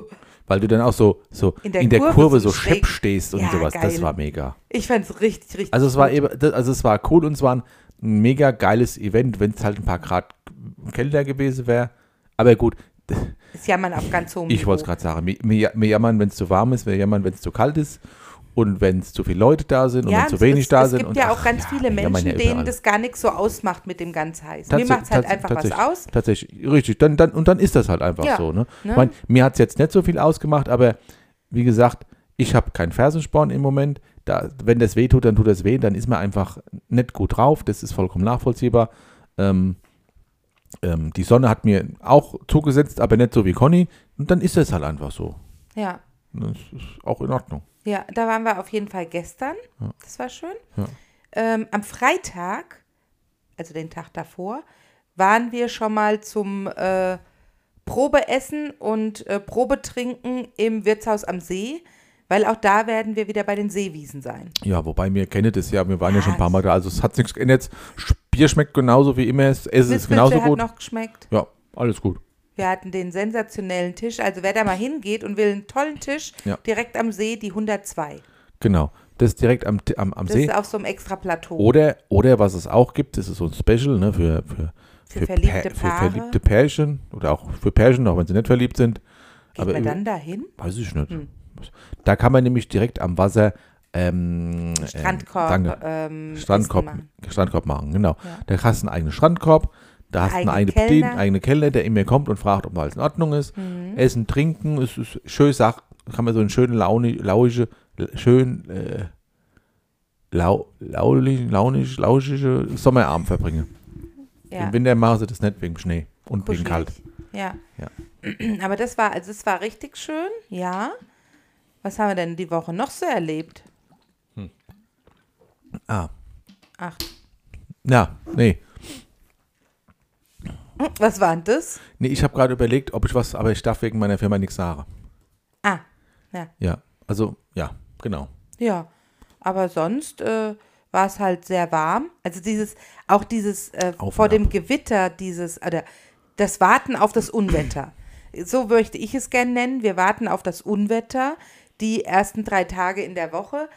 B: [laughs]
C: weil du dann auch so, so in der, Kurve, so schepp
B: schräg.
C: stehst und
B: Ja,
C: sowas.
B: geil.
C: Das war mega.
B: ich fand es richtig, richtig
C: Also es war eben, das- also es war cool und es war ein mega geiles Event, wenn es halt ein paar Grad kälter gewesen wäre. Aber gut,
B: Ist jammern auf ganz hohem
C: Ich wollte es gerade sagen, wir, wir wir jammern, wenn es zu warm ist, wir jammern, wenn es zu kalt ist und wenn es zu viele Leute da sind und
B: ja,
C: wenn zu wenig
B: es,
C: da
B: es
C: sind.
B: Es gibt
C: und,
B: ja
C: ach,
B: auch ganz viele
C: wir jammern
B: Menschen,
C: ja überall.
B: denen das gar nichts so ausmacht mit dem ganz heiß. Mir
C: Tats-
B: macht es halt
C: tats-
B: einfach was
C: tatsächlich-
B: aus.
C: Tatsächlich, richtig. Dann, dann, und dann ist das halt einfach
B: Ja,
C: so. Ne?
B: ne?
C: Ich mein, mir hat es jetzt nicht so viel ausgemacht, aber wie gesagt, ich habe keinen Fersensporn im Moment. Da, wenn das weh tut, dann tut das weh. Dann ist man einfach nicht gut drauf. Das ist vollkommen nachvollziehbar. Ähm, ähm, die Sonne hat mir auch zugesetzt, aber nicht so wie Conny. Und dann ist das halt einfach so.
B: Ja.
C: Das ist auch in Ordnung.
B: Ja, da waren wir auf jeden Fall gestern. Das war schön.
C: Ja.
B: Ähm, am Freitag, also den Tag davor, waren wir schon mal zum äh, Probeessen und äh, Probetrinken im Wirtshaus am See, weil auch da werden wir wieder bei den Seewiesen sein.
C: Ja, wobei wir kennen das ja. Wir waren ja,
B: Ja,
C: schon ein paar Mal da. Also es hat nichts geändert. Bier schmeckt genauso wie immer. Es Essen ist
B: Schnitzel
C: genauso
B: hat
C: gut.
B: noch geschmeckt.
C: Ja, alles gut.
B: Wir hatten den sensationellen Tisch. Also wer da mal hingeht und will einen tollen Tisch,
C: Ja.
B: direkt am See, die 102.
C: Genau. Das ist direkt am, am, am
B: Das
C: See.
B: ist auf so einem extra Plateau.
C: Oder, oder was es auch gibt, das ist so ein Special ne, für, für,
B: Für verliebte
C: für
B: Paare.
C: verliebte Pärchen oder auch für Pärchen, auch wenn sie nicht verliebt sind.
B: Geht man dann dahin?
C: Weiß ich nicht.
B: Hm.
C: Da kann man nämlich direkt am Wasser ähm, äh,
B: Strandkorb.
C: danke,
B: ähm, Essen
C: Strandkorb,
B: machen.
C: Strandkorb machen, genau. Da hast du einen eigenen Strandkorb, da hast du einen
B: Eigenen
C: eigenen
B: Kellner. Mhm.
C: Bedienung, eigenen Kellner, der immer kommt und fragt, ob alles in Ordnung ist. Essen, trinken, es ist schön, sach, kann man so einen schönen Laune, lauische, schön äh, lau, laulich, launisch, lausche Sommerabend verbringen.
B: Ja.
C: Im Winter machen sie das nicht wegen Schnee und wegen
B: Kuschelig.
C: kalt.
B: Ja.
C: Ja.
B: [clears throat] Aber das war, also es war richtig schön, ja. Was haben wir denn die Woche noch so erlebt?
C: Ah,
B: Ach,
C: ja, nee.
B: Hm, was war denn das?
C: Nee, ich habe gerade überlegt, ob ich was, aber ich darf wegen meiner Firma nichts sagen.
B: Ah, ja.
C: Ja, also, ja, genau.
B: Ja. Aber sonst äh, war es halt sehr warm. Also dieses, auch dieses äh,
C: und
B: vor dem
C: ab.
B: Gewitter, dieses, oder das Warten auf das Unwetter. So möchte ich es gerne nennen. Wir warten auf das Unwetter die ersten drei Tage in der Woche.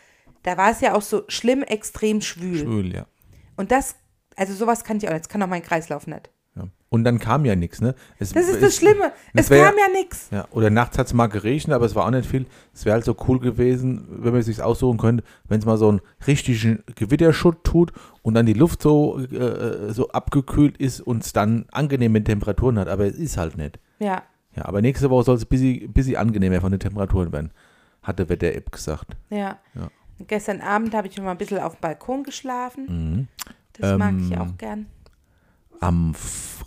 B: Da war es ja auch so schlimm, extrem schwül.
C: Schwül, ja.
B: Und das, also sowas kann ich auch nicht. Das kann auch mein Kreislauf nicht.
C: ja. Und dann kam ja nichts, ne? Es-
B: Das ist
C: es-
B: das Schlimme.
C: das
B: Es
C: wär-
B: kam ja nichts.
C: Ja, oder nachts hat es mal geregnet, aber es war auch nicht viel. Es wäre halt so cool gewesen, wenn man es sich aussuchen könnte, wenn es mal so einen richtigen Gewitterschutt tut und dann die Luft so, äh, so abgekühlt ist und es dann angenehme Temperaturen hat. Aber es ist halt nicht.
B: Ja.
C: Ja, aber nächste Woche soll es ein bisschen, bisschen angenehmer von den Temperaturen werden, hatte Wetter-App gesagt.
B: Ja.
C: Ja.
B: Und Gestern Abend habe ich noch mal ein bisschen auf dem Balkon geschlafen.
C: Mhm.
B: Das mag ich
C: Ähm,
B: auch gern.
C: Am F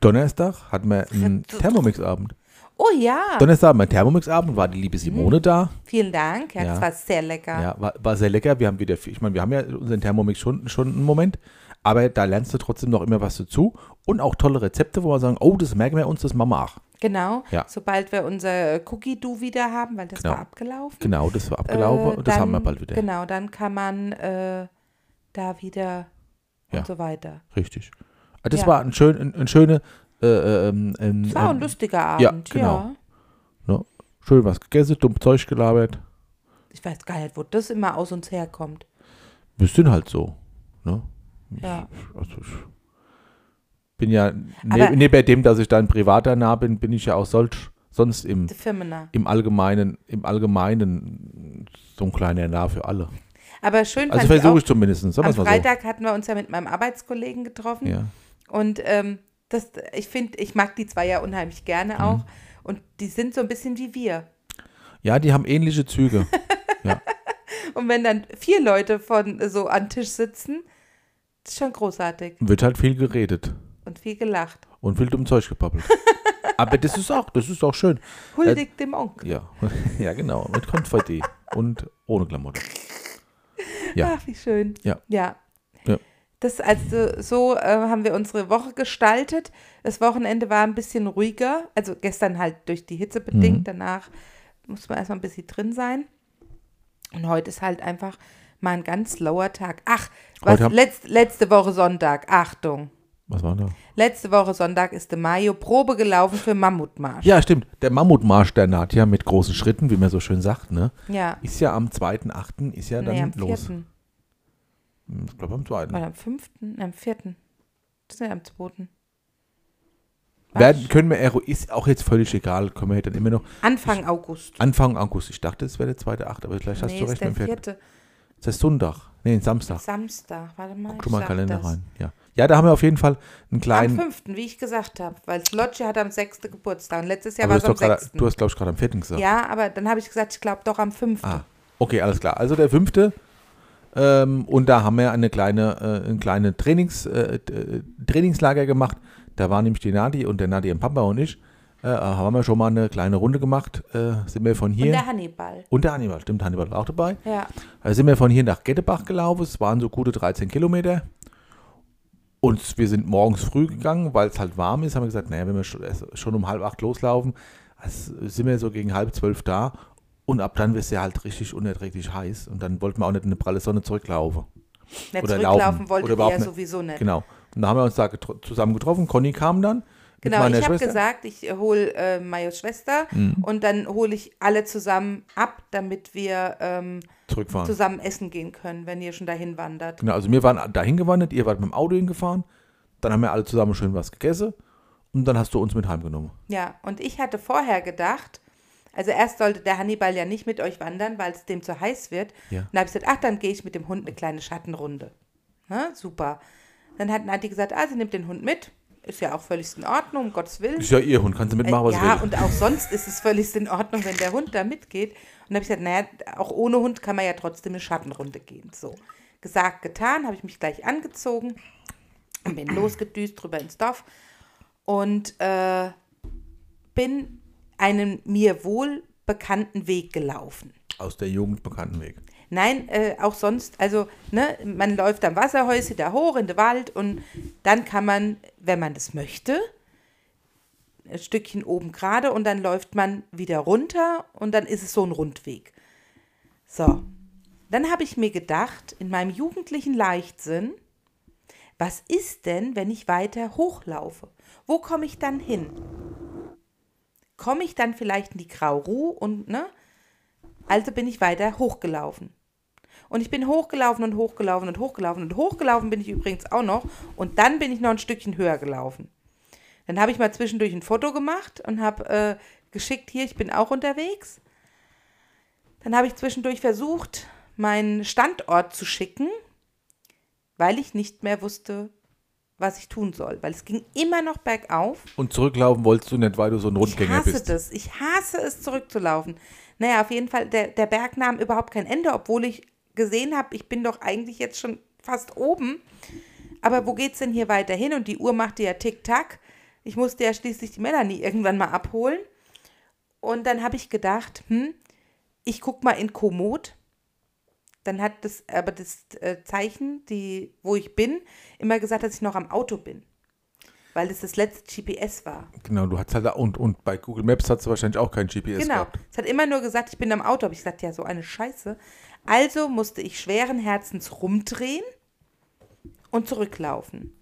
C: Donnerstag hatten wir einen Thermomix-Abend.
B: Oh ja,
C: Donnerstag hatten wir einen Thermomix-Abend, war die liebe Simone da.
B: vielen Dank. Ja,
C: Ja.
B: das war sehr lecker.
C: Ja, war, war sehr lecker. Wir haben wieder, viel- ich meine, wir haben ja unseren Thermomix schon, schon einen Moment, aber da lernst du trotzdem noch immer was dazu und auch tolle Rezepte, wo wir sagen, oh, das merken wir uns, das machen wir auch.
B: Genau.
C: Ja.
B: Sobald wir unser äh, Cookie-Do wieder haben, weil das
C: Genau.
B: war abgelaufen.
C: Genau, das war abgelaufen
B: Äh,
C: und das
B: dann-
C: haben wir bald wieder.
B: Genau, dann kann man äh, da wieder
C: Ja.
B: und so weiter.
C: Richtig. Ah, Das
B: Ja.
C: war ein, schön, ein, ein schöner, äh, ähm, ähm,
B: Das war ein
C: ähm,
B: lustiger
C: ja,
B: Abend, ja,
C: genau. ne? schön was gegessen, dumm Zeug gelabert.
B: Ich weiß gar nicht, wo das immer aus uns herkommt.
C: Wir sind halt so. Ne?
B: Ja.
C: Also ich bin ja,
B: Aber-
C: neben, neben dem, dass ich da ein privater nah bin, bin ich ja auch solch, sonst im
B: Die Firmena.
C: im Allgemeinen, im Allgemeinen so ein kleiner Nah für alle.
B: Aber schön
C: Also
B: fand ich
C: versuche
B: auch,
C: ich zumindest, sagen wir
B: am
C: es mal
B: Freitag hatten wir uns ja mit meinem Arbeitskollegen getroffen
C: so. Ja.
B: und ähm, das, ich finde, ich mag die zwei ja unheimlich gerne
C: Mhm.
B: auch und die sind so ein bisschen wie wir.
C: ja, die haben ähnliche
B: [laughs]
C: Züge.
B: Und wenn dann vier Leute von so an Tisch sitzen, das ist schon großartig
C: Wird halt viel geredet
B: und viel gelacht.
C: und viel dumm Zeug
B: [laughs]
C: gepappelt. Aber das ist auch, das ist auch schön.
B: Huldig
C: Äh,
B: dem Onkel.
C: Ja, [laughs] ja genau, mit Konfetti und ohne Klamotten. Ja,
B: Ach, Ah, wie schön.
C: Ja.
B: Ja.
C: Ja.
B: Das, also so äh, haben wir unsere Woche gestaltet. Das Wochenende war ein bisschen ruhiger. Also gestern halt durch die Hitze bedingt.
C: Mhm.
B: Danach muss man erstmal ein bisschen drin sein. Und heute ist halt einfach mal ein ganz lauer Tag. Ach, was,
C: Heute haben-
B: letzt, letzte Woche Sonntag. Achtung.
C: was war da?
B: Letzte Woche Sonntag ist de Mayo Probe gelaufen für Mammutmarsch.
C: Ja, stimmt, der Mammutmarsch der naht ja mit großen Schritten, wie man so schön sagt, ne?
B: Ja.
C: Ist ja am 2.8. ist ja dann
B: nee, am
C: los. Hm,
B: vierten.
C: Ich glaube am 2.
B: Oder am fünften? Nee, am vierten. Das ist ja am zweiten.
C: Werden, können wir, Ero- ist auch jetzt völlig egal, können wir dann immer noch.
B: Anfang August.
C: Anfang August, ich dachte, es wäre der zweite, acht, aber vielleicht hast
B: nee,
C: du
B: ist
C: recht
B: der
C: mit dem vierten.
B: vierte.
C: Ist das Sonntag? Nee, Samstag.
B: Samstag. Warte mal,
C: Guck mal in den
B: ich
C: Kalender
B: sag das.
C: rein. Ja. ja, da haben wir auf jeden Fall einen
B: Am
C: kleinen.
B: 5., wie ich gesagt habe, weil Lodge hat am 6. Geburtstag und letztes Jahr
C: aber
B: war
C: du
B: es
C: hast,
B: am
C: doch gerade-
B: 6.
C: du hast, glaube ich, gerade am vierten gesagt.
B: ja, aber dann habe ich gesagt, ich glaube doch am 5.
C: Ah, okay, alles klar. Also der fünfte. Ähm, und da haben wir eine kleine, äh, ein kleine Trainings, äh, äh, Trainingslager gemacht. Da waren nämlich die Nadi und der Nadi im Pampa und ich. Äh, haben wir schon mal eine kleine Runde gemacht. Äh, sind wir von
B: Und
C: hier.
B: der Hannibal.
C: Und der Hannibal, stimmt, Hannibal war auch dabei.
B: Ja.
C: Da sind wir von hier nach Gettebach gelaufen. Es waren so gute 13 Kilometer. Und wir sind morgens früh gegangen, weil es halt warm ist. Haben wir gesagt, naja, wenn wir schon, erst schon um halb acht loslaufen, also sind wir so gegen halb zwölf da. Und ab dann wird es ja halt richtig unerträglich heiß. Und dann wollten wir auch nicht in eine pralle Sonne zurücklaufen.
B: Nicht
C: Oder laufen.
B: zurücklaufen
C: Oder
B: wollte
C: überhaupt
B: er
C: nicht.
B: sowieso nicht.
C: Genau. Und da haben wir uns da getro- zusammen getroffen. Conny kam dann.
B: Genau,
C: mit meiner
B: ich habe
C: Schwester. Mhm.
B: gesagt, ich hole äh, Majos Schwester und dann hole ich alle zusammen ab, damit wir ähm,
C: Zurückfahren.
B: zusammen essen gehen können, wenn ihr schon dahin wandert.
C: Genau, also wir waren dahin gewandert, ihr wart mit dem Auto hingefahren. Dann haben wir alle zusammen schön was gegessen. Und dann hast du uns mit heimgenommen.
B: Ja, und ich hatte vorher gedacht, also erst sollte der Hannibal ja nicht mit euch wandern, weil es dem zu heiß wird.
C: Ja.
B: Und dann habe ich gesagt, ach, dann gehe ich mit dem Hund eine kleine Schattenrunde. Ne, super. Dann hat Nati gesagt, ah, sie nimmt den Hund mit. Ist ja auch völlig in Ordnung, um Gottes Willen.
C: Ist ja ihr Hund, kannst du mitmachen, was
B: Äh,
C: du
B: ja,
C: willst.
B: und auch sonst ist es völlig in Ordnung, wenn der Hund da mitgeht. Und habe ich gesagt, naja, auch ohne Hund kann man ja trotzdem eine Schattenrunde gehen. So, gesagt, getan, habe ich mich gleich angezogen und bin losgedüst rüber ins Dorf und äh, bin einen mir wohl bekannten Weg gelaufen.
C: Aus der Jugend bekannten Weg.
B: Nein, äh, auch sonst, also ne, man läuft am Wasserhäuschen da hoch in den Wald und dann kann man, wenn man das möchte, ein Stückchen oben gerade und dann läuft man wieder runter und dann ist es so ein Rundweg. So, dann habe ich mir gedacht, in meinem jugendlichen Leichtsinn, was ist denn, wenn ich weiter hochlaufe? Wo komme ich dann hin? Komme ich dann vielleicht in die Grauruh und, ne? Also bin ich weiter hochgelaufen. Und ich bin hochgelaufen und hochgelaufen und hochgelaufen und hochgelaufen bin ich übrigens auch noch. Und dann bin ich noch ein Stückchen höher gelaufen. Dann habe ich mal zwischendurch ein Foto gemacht und habe äh, geschickt, hier, ich bin auch unterwegs. Dann habe ich zwischendurch versucht, meinen Standort zu schicken, weil ich nicht mehr wusste, was ich tun soll. Weil es ging immer noch bergauf
C: Und zurücklaufen wolltest du nicht, weil du so ein Rundgänger
B: ich hasse
C: bist.
B: das. Ich hasse es, zurückzulaufen. Naja, auf jeden Fall, der, der Berg nahm überhaupt kein Ende, obwohl ich gesehen habe, ich bin doch eigentlich jetzt schon fast oben. Aber wo geht's denn hier weiter hin? Und die Uhr machte ja tick-tack. Ich musste ja schließlich die Melanie irgendwann mal abholen. Und dann habe ich gedacht, hm, ich guck mal in Komoot. Dann hat das, aber das äh, Zeichen, die, wo ich bin, immer gesagt, dass ich noch am Auto bin. Weil es das letzte GPS war.
C: Genau, du hattest halt auch- und, und bei Google Maps hast du wahrscheinlich auch kein GPS
B: Genau.
C: gehabt.
B: Es hat immer nur gesagt, ich bin am Auto. Aber ich sagte, ja, so eine Scheiße. Also musste ich schweren Herzens rumdrehen und zurücklaufen.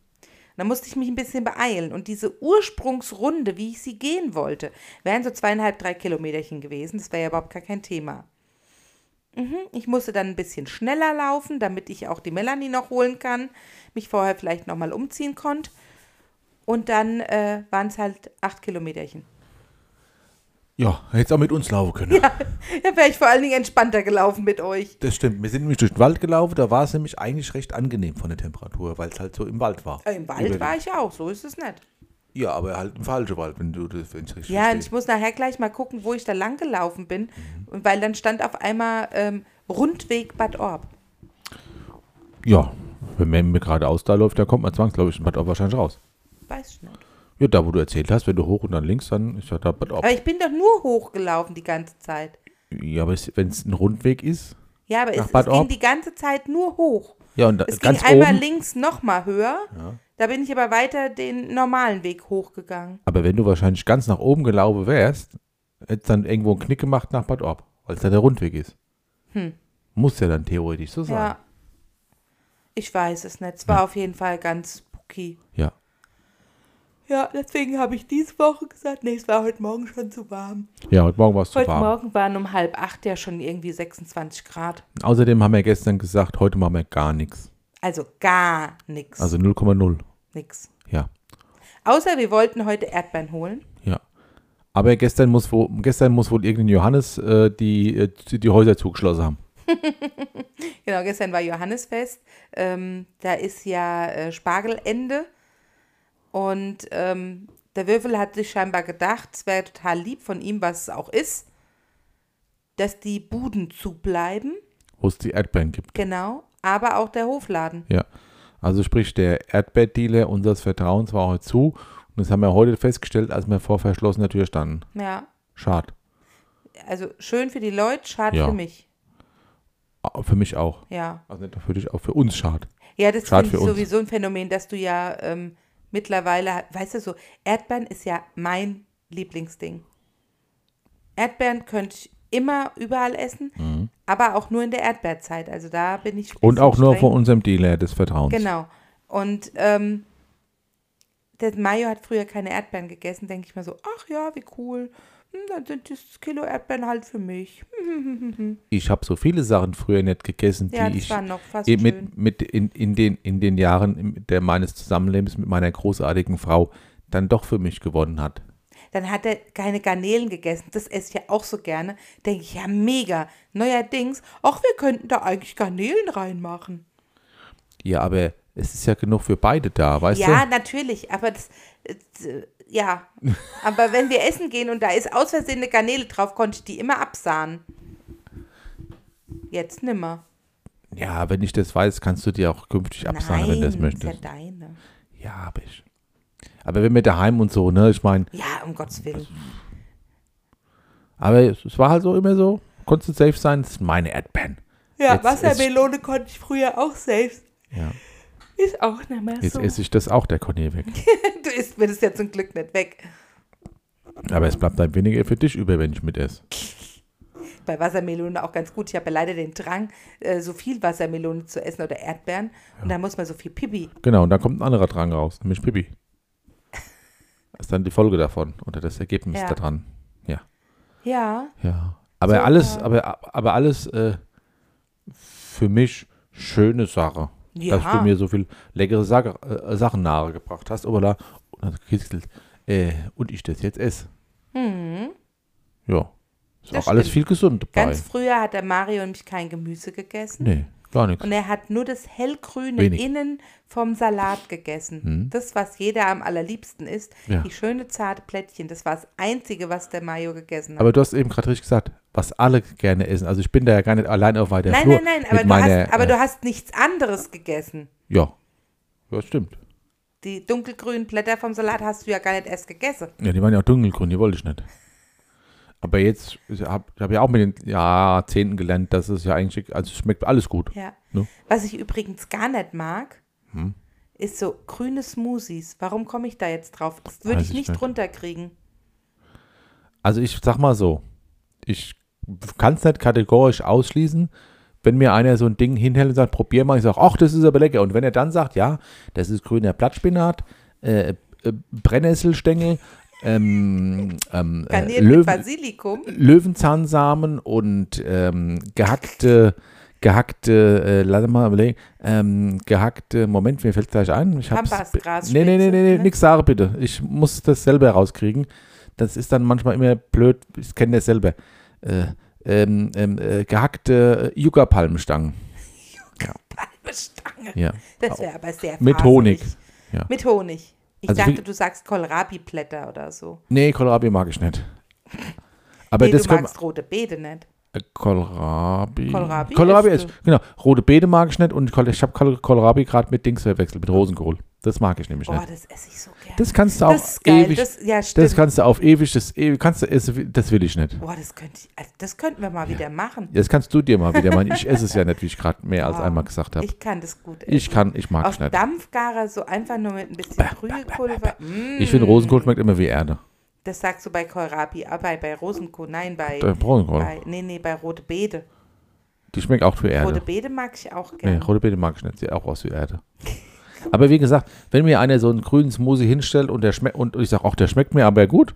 B: Da musste ich mich ein bisschen beeilen. Und diese Ursprungsrunde, wie ich sie gehen wollte, wären so zweieinhalb, drei Kilometerchen gewesen. Das wäre ja überhaupt gar kein Thema. Mhm. Ich musste dann ein bisschen schneller laufen, damit ich auch die Melanie noch holen kann, mich vorher vielleicht nochmal umziehen konnte. Und dann äh, waren es halt acht Kilometerchen.
C: Ja, hättest auch mit uns laufen können. Ja.
B: [laughs] Da wäre ich vor allen Dingen entspannter gelaufen mit euch.
C: Das stimmt. Wir sind nämlich durch den Wald gelaufen, da war es nämlich eigentlich recht angenehm von der Temperatur, weil es halt so im Wald war.
B: Äh, Im Wald war ich auch, so ist es nicht.
C: ich. Ja, aber halt im falschen Wald, wenn du das wenn ich richtig
B: Ja, und ich
C: verstehe. Mhm.
B: muss nachher gleich mal gucken, wo ich da lang gelaufen bin, und weil dann stand auf einmal ähm, Rundweg Bad Orb.
C: Ja, wenn man mir geradeaus da läuft, dann kommt man zwangsläufig in Bad Orb wahrscheinlich raus.
B: Weiß ich nicht.
C: Ja, da wo du erzählt hast, wenn du hoch und dann links, dann ist ja da Bad Orb.
B: Aber ich bin doch nur hochgelaufen die ganze Zeit.
C: Ja, aber wenn es ein Rundweg ist,
B: Ja, aber
C: Nach
B: es, es
C: Bad
B: ging
C: Orb?
B: die ganze Zeit nur hoch.
C: ja, und da,
B: Es
C: ganz
B: ging einmal
C: oben.
B: links nochmal höher. Da bin ich aber weiter den normalen Weg hochgegangen.
C: Aber wenn du wahrscheinlich ganz nach oben gelaufen wärst, hättest dann irgendwo einen Knick gemacht nach Bad Orb, weil es da der Rundweg ist. Muss ja dann theoretisch so sein.
B: Hm. Ja. Ich weiß es nicht. Es war auf jeden Fall ganz spooky.
C: Ja.
B: Ja, deswegen habe ich diese Woche gesagt, nee, es war heute Morgen schon zu warm.
C: Ja, heute Morgen war es zu
B: heute
C: warm.
B: Morgen waren um halb acht ja schon irgendwie 26 Grad.
C: Außerdem haben wir gestern gesagt, heute machen wir gar nichts.
B: Also gar nichts.
C: Also 0,0.
B: nix.
C: Ja.
B: Außer wir wollten heute Erdbeeren holen.
C: Ja. Aber gestern muss, wo, gestern muss wohl irgendein Johannes äh, die, äh, die die Häuser zugeschlossen haben.
B: Genau, gestern war Johannesfest. Ähm, da ist ja äh, Spargelende. Und ähm, der Würfel hat sich scheinbar gedacht, es wäre total lieb von ihm, was es auch ist, dass die Buden zubleiben.
C: Wo es die Erdbeeren gibt.
B: Genau. Aber auch der Hofladen.
C: Ja. Also sprich, der Erdbeerdealer unseres Vertrauens war heute zu. Und das haben wir heute festgestellt, als wir vor verschlossener Tür standen.
B: Ja.
C: Schade.
B: Also schön für die Leute, schade
C: Ja.
B: für mich.
C: Ah, Für mich auch.
B: Ja.
C: Also nicht nur für dich, auch für uns schade.
B: Ja, das
C: Schade
B: finde ich
C: für uns.
B: sowieso ein Phänomen, dass du ja ähm, mittlerweile, weißt du so, Erdbeeren ist ja mein Lieblingsding. Erdbeeren könnte ich immer überall essen, aber auch nur in der Erdbeerzeit. Also da bin ich. ein
C: Mhm. Und
B: bisschen
C: auch nur
B: streng.
C: von unserem Dealer des Vertrauens.
B: Genau. Und ähm, der Mayo hat früher keine Erdbeeren gegessen, denke ich mal so, ach ja, wie cool. Hm, dann sind das Kilo Erdbeeren halt für mich.
C: Ich habe so viele Sachen früher nicht gegessen,
B: Ja,
C: die
B: das
C: ich
B: war noch fast
C: eh
B: schön.
C: mit, mit in, in, den, in den Jahren im- der meines Zusammenlebens mit meiner großartigen Frau dann doch für mich gewonnen hat.
B: Dann hat er keine Garnelen gegessen. Das esse ich ja auch so gerne. Denke ich, ja, mega. Neuerdings, ach, wir könnten da eigentlich Garnelen reinmachen.
C: Ja, aber es ist ja genug für beide da, weißt
B: ja,
C: du?
B: natürlich, aber das, äh,
C: [laughs]
B: ja. aber wenn wir essen gehen und da ist aus Versehen eine Garnele drauf, konnte ich die immer absahen. Jetzt nimmer.
C: Ja, wenn ich das weiß, kannst du dir auch künftig absagen, wenn du das
B: ist
C: möchtest.
B: ja deine.
C: Ja, aber ich. Aber wenn wir daheim und so, ne, ich meine,
B: Ja, um Gottes Willen.
C: Also, aber es, es war halt so immer so, konntest du safe sein, das ist meine Adpen.
B: Ja,
C: Jetzt
B: Wassermelone konnte ich früher auch selbst.
C: Ja.
B: Ist auch nicht mehr
C: Jetzt
B: so.
C: esse ich das auch, der Cornier weg.
B: [laughs] du isst mir das ja zum Glück nicht weg.
C: Aber es bleibt dann weniger für dich über, wenn ich mit esse.
B: Bei Wassermelone auch ganz gut. Ich habe ja leider den Drang, äh, so viel Wassermelone zu essen oder Erdbeeren. Und dann muss man so viel Pipi.
C: Genau, und dann kommt ein anderer Drang raus, nämlich Pipi. Das ist dann die Folge davon oder das Ergebnis
B: Ja.
C: da daran. Ja,
B: Ja,
C: ja. Aber
B: So,
C: alles,
B: ja.
C: aber, aber alles äh, für mich schöne Sache.
B: Ja.
C: Dass du mir so viel leckere Sache, äh, Sachen nahegebracht hast, obala, und hast gekritzelt, äh, und ich das jetzt esse. Ja. Ist
B: Mhm. Das
C: auch alles
B: stimmt.
C: viel gesund dabei.
B: ganz früher hat der Mario nämlich kein Gemüse gegessen.
C: nee, gar nichts.
B: Und er hat nur das hellgrüne
C: Wenig. Hm.
B: Innen vom Salat gegessen. Das, was jeder am allerliebsten isst.
C: Ja.
B: Die schöne zarte Plättchen. Das war das Einzige, was der Mario gegessen hat.
C: Aber du hast eben gerade richtig gesagt, was alle gerne essen. Also ich bin da ja gar nicht allein auf weiter
B: nein,
C: Flur.
B: nein, nein,
C: mit
B: aber, du,
C: meiner,
B: hast, aber
C: äh,
B: du hast nichts anderes gegessen.
C: Ja. Ja, stimmt.
B: Die dunkelgrünen Blätter vom Salat hast du ja gar nicht erst gegessen.
C: Ja, die waren ja auch dunkelgrün, die wollte ich nicht. Aber jetzt ich habe ich hab ja auch mit den Jahrzehnten gelernt, dass es ja eigentlich, also es schmeckt alles gut.
B: Ja.
C: Ne?
B: Was ich übrigens gar nicht mag,
C: Hm?
B: ist so grüne Smoothies. Warum komme ich da jetzt drauf? Das würde
C: Weiß
B: ich
C: ich
B: nicht
C: nicht.
B: runterkriegen.
C: Also ich sag mal so, ich kann es nicht kategorisch ausschließen, wenn mir einer so ein Ding hinhält und sagt, probier mal, ich sage, ach, das ist aber lecker. Und wenn er dann sagt, ja, das ist grüner Blattspinat, äh, äh, Brennnesselstängel, ähm, ähm, äh,
B: Garniert mit
C: Löwen,
B: Basilikum. [laughs]
C: Löwenzahnsamen und ähm, gehackte, gehackte, äh, lass mal überlegen, ähm, gehackte, Moment, mir fällt gleich ein. Ich hab's,
B: Pampasgras
C: nee, nee, nee, nee, nee,
B: ne?
C: nix Sarah bitte. Ich muss das selber rauskriegen. Das ist dann manchmal immer blöd, ich kenne das selber. Äh, ähm, ähm, äh, gehackte äh, Yucca-Palmenstangen.
B: Halbe Stange.
C: Ja.
B: Das wäre aber sehr
C: Mit Honig.
B: faselig.
C: Ja.
B: Mit Honig. Ich
C: Also
B: dachte,
C: wie-
B: du sagst Kohlrabi-Blätter oder so.
C: Nee, Kohlrabi mag ich nicht. Aber
B: nee,
C: das
B: du
C: können,
B: magst rote Beete nicht.
C: Äh, Kohlrabi.
B: Kohlrabi isst
C: ist, genau. Rote Beete mag ich nicht und Kohl- ich habe Kohlrabi gerade mit Dings verwechselt, mit Rosenkohl. Das mag ich nämlich
B: Boah,
C: nicht.
B: das esse ich so gerne.
C: Das kannst du auch
B: Oh, Das ist geil.
C: ewig. Das,
B: Das, ja, stimmt.
C: kannst du auf ewig. Das ewig, kannst du essen. Das will ich nicht.
B: Boah, das, könnte ich, also das könnten wir mal wieder machen.
C: Das kannst du dir mal wieder meinen. Ich esse es ja nicht, wie ich gerade mehr als
B: Boah,
C: einmal gesagt habe. Ich,
B: Oh, Ich kann das gut essen.
C: kann, ich mag
B: Auf
C: es nicht.
B: Dampfgarer so einfach nur mit ein bisschen Brühepulver. Mm,
C: Ich finde Rosenkohl schmeckt immer wie Erde.
B: das sagst du bei Kohlrabi, aber bei, bei Rosenkohl, nein, bei,
C: Der Äh, Rosenkohl.
B: bei, nee, nee, bei Rote Beete.
C: Die schmeckt auch wie Erde.
B: Rote Beete mag ich auch
C: Nee,
B: gerne.
C: rote Beete mag ich nicht. Sieht auch aus wie Erde. [laughs] Aber wie gesagt, wenn mir einer so einen grünen Smoothie hinstellt und der schmeckt und ich sage, ach, der schmeckt mir aber gut,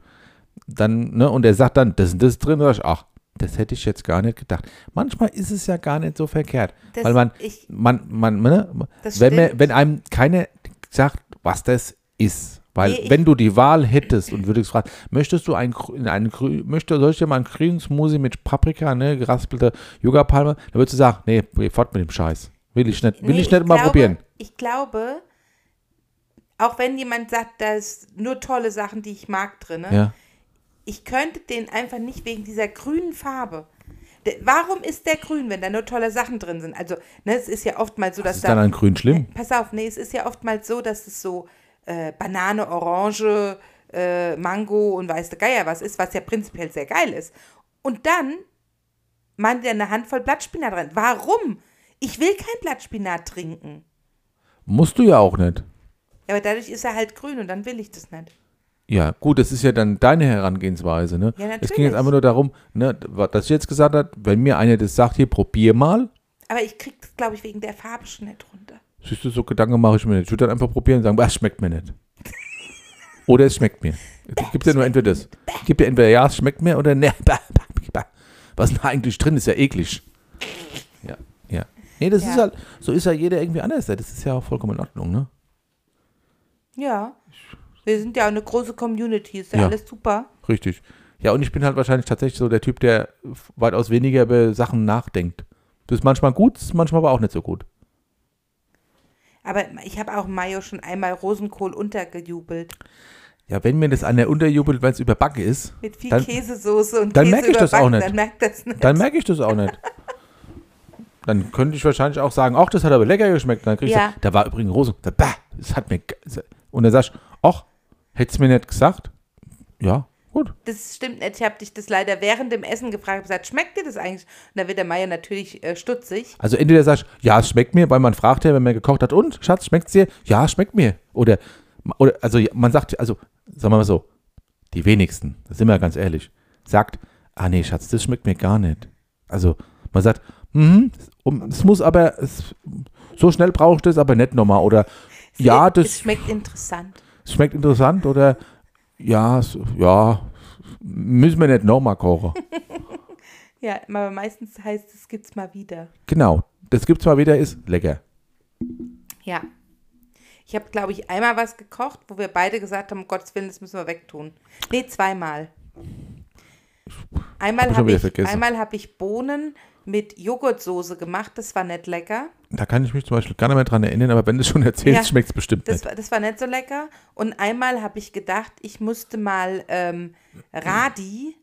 C: dann, ne, und er sagt dann, das und das ist drin, sag ich, ach, das hätte ich jetzt gar nicht gedacht. Manchmal ist es ja gar nicht so verkehrt.
B: Das-
C: weil man,
B: ich-
C: man, man, ne,
B: Das
C: wenn, man,
B: stimmt.
C: wenn einem keiner sagt, was das ist, Weil
B: Nee, ich-
C: wenn du die Wahl hättest und würdest fragen, möchtest du einen, grü- einen grü- möchte, soll ich dir mal einen grünen Smoothie mit Paprika, ne, geraspelte Yoga-Palme, dann würdest du sagen, nee, geh fort mit dem Scheiß. Will ich nicht, will
B: Nee,
C: ich nicht mal
B: glaube,
C: probieren.
B: Ich glaube, auch wenn jemand sagt, da ist nur tolle Sachen, die ich mag drin, ne?
C: Ja.
B: ich könnte den einfach nicht wegen dieser grünen Farbe. D- Warum ist der grün, wenn da nur tolle Sachen drin sind? Also, ne, es ist ja oftmals so, dass
C: Ist
B: da.
C: dann an Grün schlimm?
B: Pass auf, nee, es ist ja oftmals so, dass es so äh, Banane, Orange, äh, Mango und weiß der Geier was ist, was ja prinzipiell sehr geil ist. Und dann meint er eine Handvoll Blattspinat rein. Warum? Ich will kein Blattspinat trinken.
C: Musst du ja auch nicht.
B: Ja, aber dadurch ist er halt grün und dann will ich das nicht.
C: Ja, gut, das ist ja dann deine Herangehensweise, ne?
B: Ja,
C: Es ging jetzt
B: natürlich.
C: einfach nur darum, ne, dass ich jetzt gesagt habe, wenn mir einer das sagt, hier, probier mal,
B: Aber ich krieg das, glaube ich, wegen der Farbe schon nicht runter.
C: siehst du, so Gedanken mache ich mir nicht. Ich würde dann einfach probieren und sagen, ah, es schmeckt mir nicht. Oder es schmeckt mir. Es gibt ja nur entweder das. Es gibt ja entweder ja, es schmeckt mir oder ne. [laughs] bah, bah, bah. Was ist denn da eigentlich drin? Ist ja eklig. Ja, ja. Nee, das
B: Ja.
C: ist halt, so ist ja jeder irgendwie anders. Das ist ja auch vollkommen in Ordnung, ne?
B: Ja. Wir sind ja auch eine große Community, ist ja,
C: Ja.
B: alles super.
C: Richtig. Ja, und ich bin halt wahrscheinlich tatsächlich so der Typ, der weitaus weniger über Sachen nachdenkt. Das ist manchmal gut, das ist manchmal aber auch nicht so gut.
B: Aber ich habe auch Mayo schon einmal Rosenkohl untergejubelt.
C: Ja, wenn mir das einer unterjubelt, weil es überbacke ist,
B: Mit viel
C: Dann-
B: Käsesoße und
C: dann
B: Käse
C: merk ich das auch
B: überbacken,
C: nicht.
B: Dann merkt das nicht.
C: dann merke ich das auch nicht. Dann könnte ich wahrscheinlich auch sagen, ach, das hat aber lecker geschmeckt. Dann kriegst
B: Ja.
C: du, da war übrigens Rosen. Da, bah, das hat mir. ge- Und dann sagst du, ach, hättest du mir nicht gesagt? Ja, gut.
B: Das stimmt nicht. Ich habe dich das leider während dem Essen gefragt und gesagt, schmeckt dir das eigentlich? Und da wird der Mayo natürlich äh, stutzig.
C: Also entweder sagst du, ja, es schmeckt mir, weil man fragt ja, wenn man gekocht hat, und Schatz, schmeckt's dir? Ja, es schmeckt mir. Oder, oder also ja, man sagt, also sagen wir mal so, die wenigsten, da sind wir ganz ehrlich, sagt, ah nee, Schatz, das schmeckt mir gar nicht. Also man sagt, mhm, um, es muss aber, es, so schnell brauche ich das aber nicht nochmal. Oder ja,
B: Es
C: das
B: schmeckt interessant.
C: schmeckt interessant. Oder ja, es- ja, müssen wir nicht nochmal kochen.
B: Ja, aber meistens heißt es, gibt's mal wieder.
C: genau, das gibt's mal wieder, ist lecker.
B: Ja. Ich habe, glaube ich, einmal was gekocht, wo wir beide gesagt haben, um Gottes Willen, das müssen wir wegtun. Nee, zweimal.
C: Hab
B: Einmal
C: ich schon
B: habe
C: wieder
B: ich,
C: vergessen.
B: einmal hab ich Bohnen mit Joghurtsoße gemacht, das war nicht lecker.
C: Da kann ich mich zum Beispiel gar nicht mehr dran erinnern, aber wenn du es schon erzählst,
B: Ja,
C: schmeckt es bestimmt
B: Das,
C: nicht.
B: war- das war nicht so lecker. Und einmal habe ich gedacht, ich müsste mal ähm, Radi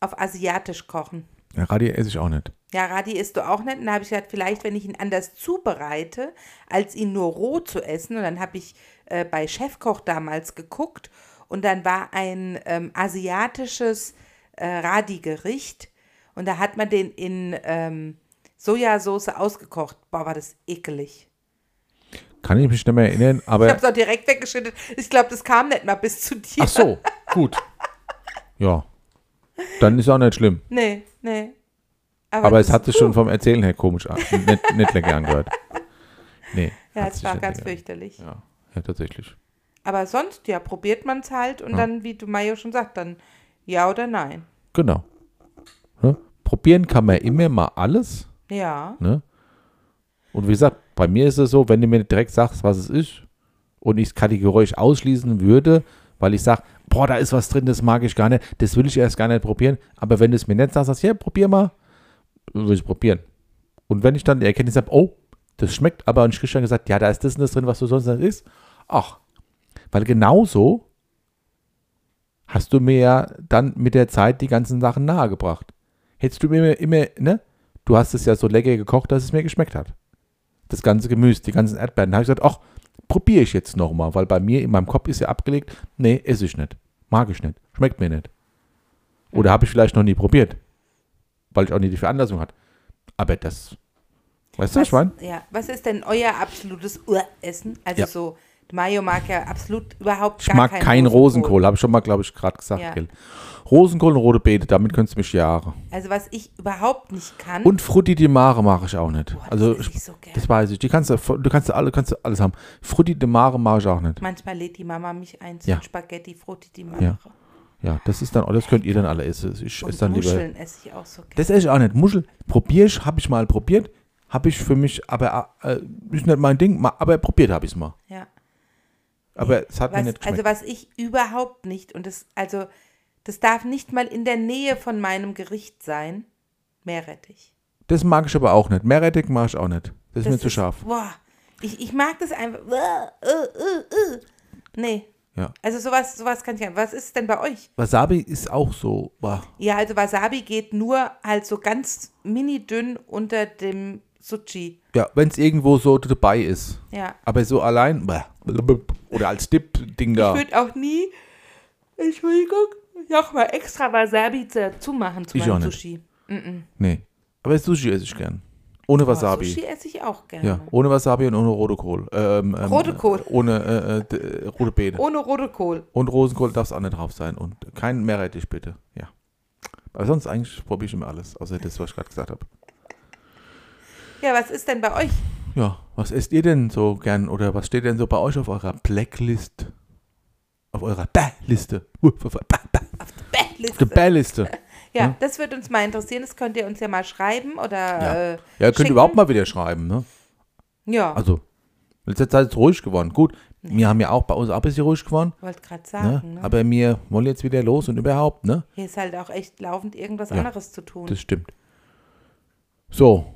B: auf asiatisch kochen.
C: Ja, Radi esse ich auch nicht.
B: Ja, Radi isst du auch nicht. Und da habe ich gedacht, vielleicht, wenn ich ihn anders zubereite, als ihn nur roh zu essen. Und dann habe ich äh, bei Chefkoch damals geguckt und dann war ein ähm, asiatisches äh, Radi-Gericht. Und da hat man den in ähm, Sojasauce ausgekocht. Boah, war das ekelig.
C: Kann ich mich nicht mehr erinnern,
B: Ich
C: aber.
B: habe es auch direkt weggeschüttet. Ich glaube, das kam nicht mal bis zu
C: [laughs]
B: dir.
C: Ach so, gut. Ja. Dann ist auch nicht schlimm.
B: Nee, nee.
C: Aber es
B: das-
C: hat sich schon vom Erzählen her komisch an, nicht, nicht lecker angehört. Nee.
B: Ja,
C: hat
B: es
C: sich
B: war
C: nicht
B: ganz
C: lecker-
B: fürchterlich.
C: Ja. ja, tatsächlich.
B: Aber sonst, ja, probiert man es halt und dann, wie du Mayo schon sagt, dann ja oder nein.
C: Genau. Ne? Probieren kann man immer mal alles.
B: Ja.
C: Ne? Und wie gesagt, bei mir ist es so, wenn du mir direkt sagst, was es ist und ich es kategorisch ausschließen würde, weil ich sage, boah, da ist was drin, das mag ich gar nicht, das will ich erst gar nicht probieren. Aber wenn du es mir nicht sagst, sagst ja, probier mal, will ich probieren. Und wenn ich dann die Erkenntnis habe, oh, das schmeckt aber, und ich krieg dann gesagt, ja, da ist das und das drin, was du sonst nicht isst, ach, weil genauso hast du mir ja dann mit der Zeit die ganzen Sachen nahegebracht. Hättest du mir immer, immer ne, du hast es ja so lecker gekocht, dass es mir geschmeckt hat. Das ganze Gemüse, die ganzen Erdbeeren. Da habe ich gesagt, ach, probiere ich jetzt nochmal, weil bei mir in meinem Kopf ist ja abgelegt, nee, esse ich nicht. Mag ich nicht. Schmeckt mir nicht. Oder habe ich vielleicht noch nie probiert, weil ich auch nie die Veranlassung hatte. Aber das, weißt du, was ich meine?
B: Ja. Was ist denn euer absolutes Uressen? Also
C: Ja.
B: so, Mayo mag ja absolut überhaupt
C: Ich
B: gar
C: mag
B: keinen
C: keinen Rosenkohl, habe ich schon mal, glaube ich, gerade gesagt.
B: Ja.
C: Gell? Rosenkohl und rote Beete, damit könntest du mich Jahre.
B: Also was ich überhaupt nicht kann.
C: Und Frutti di Mare mache ich auch nicht.
B: Hm? das
C: also,
B: esse
C: ich-
B: ich so gern.
C: das weiß ich. Die kannst du, du kannst alle, kannst du alles haben. Frutti di Mare mache ich auch nicht.
B: manchmal lädt die Mama mich ein zu
C: Ja.
B: Spaghetti Frutti die Mama.
C: Ja. Ja, das ist dann, oh, das könnt ihr dann alle essen. Ich
B: Und
C: esse dann lieber.
B: Muscheln esse ich auch so gerne.
C: Das esse ich auch nicht. Muschel probiere ich, habe ich mal probiert. Habe ich für mich, aber äh, ist nicht mein Ding, ma- aber probiert habe ich es mal.
B: Ja.
C: Aber es hat mir
B: Was,
C: nicht
B: also
C: geschmeckt.
B: was ich überhaupt nicht und das also das darf nicht mal in der Nähe von meinem Gericht sein. Meerrettich.
C: das mag ich aber auch nicht. Meerrettich mag ich auch nicht. Das ist
B: Das
C: mir zu scharf.
B: Boah, ich, ich mag das einfach. Uah, uh, uh, uh. Nee.
C: Ja.
B: Also sowas, sowas kann ich gar nicht. Was ist denn bei euch?
C: Wasabi ist auch so. Boah.
B: Ja, also Wasabi geht nur halt so ganz mini dünn unter dem Sushi.
C: Ja, wenn es irgendwo so dabei ist.
B: Ja.
C: Aber so allein. bäh, blub, Oder als Dip-Ding da.
B: Ich würde auch nie, Entschuldigung, nochmal extra Wasabi dazu machen zu
C: Ich auch
B: meinem
C: nicht.
B: Sushi.
C: Nee. Aber Sushi esse ich gern. Ohne
B: Oh,
C: Wasabi.
B: Sushi esse ich auch gerne.
C: Ja, ohne Wasabi und ohne rote Kohl. Ähm, ähm,
B: Rote Kohl.
C: Ohne äh, äh, d- äh, rote Beete.
B: Ohne rote Kohl.
C: Und Rosenkohl darf es auch nicht drauf sein. Und kein Meerrettich bitte. Ja. Aber sonst eigentlich probiere ich immer alles, außer das, was ich gerade gesagt habe.
B: Ja, was ist denn bei euch?
C: Ja, was esst ihr denn so gern oder was steht denn so bei euch auf eurer Blacklist? Auf eurer Bäh-Liste. Uh, auf eurer Bäh- Bäh- auf der
B: Bettliste.
C: Bäh-Liste.
B: Ja,
C: ne?
B: das würde uns mal interessieren. Das könnt ihr uns ja mal schreiben oder.
C: Ja.
B: Äh,
C: Ja, könnt ihr
B: schicken.
C: überhaupt mal wieder schreiben, ne?
B: Ja,
C: Also, in letzter Zeit ist es ruhig geworden. Gut, wir haben ja auch bei uns auch ein bisschen ruhig geworden.
B: wollte gerade
C: Ne?
B: sagen. Ne?
C: Aber wir wollen jetzt wieder los und überhaupt, ne?
B: Hier ist halt auch echt laufend irgendwas
C: Ja.
B: anderes zu tun.
C: Das stimmt. So,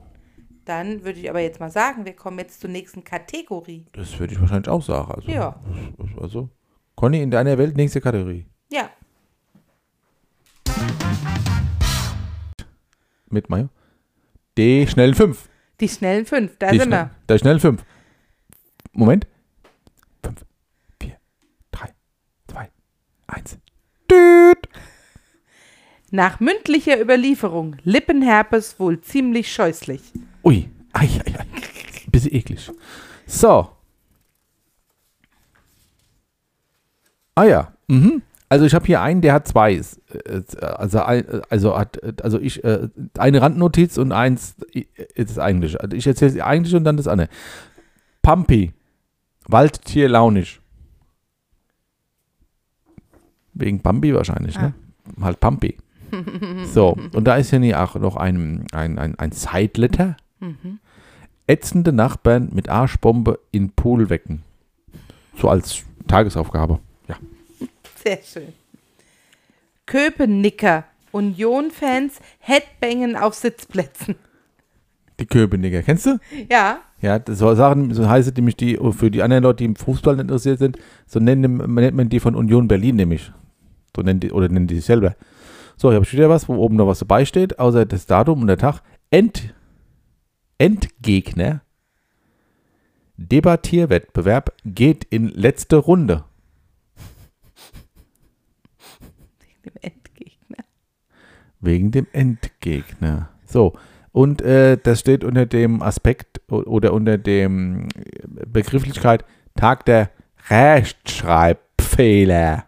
B: Dann würde ich aber jetzt mal sagen, wir kommen jetzt zur nächsten Kategorie.
C: das würde ich wahrscheinlich auch sagen. Also,
B: Ja.
C: Also, Conny, in deiner Welt nächste Kategorie.
B: Ja,
C: Mit Mayo. Die schnellen 5.
B: die schnellen fünf, da
C: Die
B: sind
C: schnell,
B: wir.
C: der schnellen 5. Moment. 5, 4, 3, 2, 1. Düt.
B: Nach mündlicher Überlieferung, Lippenherpes wohl ziemlich scheußlich.
C: Ui. Ei, ei, ei. Bisschen eklig. So. Ah ja. Mhm. Also ich habe hier einen, der hat zwei. Ist, äh, äh, Also, ein- also hat, äh, also ich, äh, eine Randnotiz und eins äh, ist eigentlich. Also ich erzähle es eigentlich und dann das andere. Pampi. Waldtier launisch. Wegen Pampi wahrscheinlich, ne? Halt Pampi. so, und da ist ja nie auch noch ein, ein, ein, ein Sideletter. Ätzende Nachbarn mit Arschbombe in Pool wecken. So als Tagesaufgabe. Ja.
B: Sehr schön. Köpenicker, Union-Fans, Headbangen auf Sitzplätzen.
C: Die Köpenicker, kennst du?
B: Ja,
C: Ja, das so Sachen, so heißt es nämlich die, für die anderen Leute, die im Fußball nicht interessiert sind, so nennen, nennt man die von Union Berlin nämlich. So nennen die, oder nennen die sich selber. So, hier habe ich wieder was, wo oben noch was dabei steht, außer das Datum und der Tag. End, Endgegner. Debattierwettbewerb geht in letzte Runde.
B: dem Endgegner.
C: Wegen dem Endgegner. So, und äh, das steht unter dem Aspekt o- oder unter dem äh, Begrifflichkeit Tag der Rechtschreibfehler.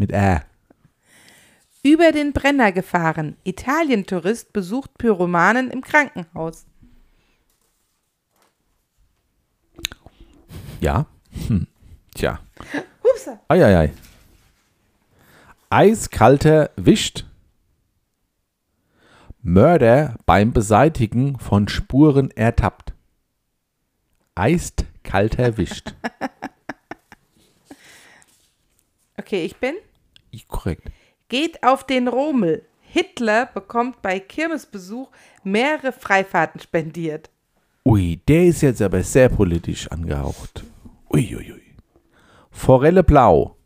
C: Mit R.
B: Über den Brenner gefahren. Italientourist besucht Pyromanen im Krankenhaus.
C: Ja. Hm. Tja.
B: Hupsa.
C: Eieiei. Eiskalter Wischt. Mörder beim Beseitigen von Spuren ertappt. Eiskalter Wischt.
B: Okay, ich bin.
C: Ich- Korrekt.
B: Geht auf den Romel. Hitler bekommt bei Kirmesbesuch mehrere Freifahrten spendiert.
C: Ui, der ist jetzt aber sehr politisch angehaucht. Uiuiui. Ui, ui. Forelle blau.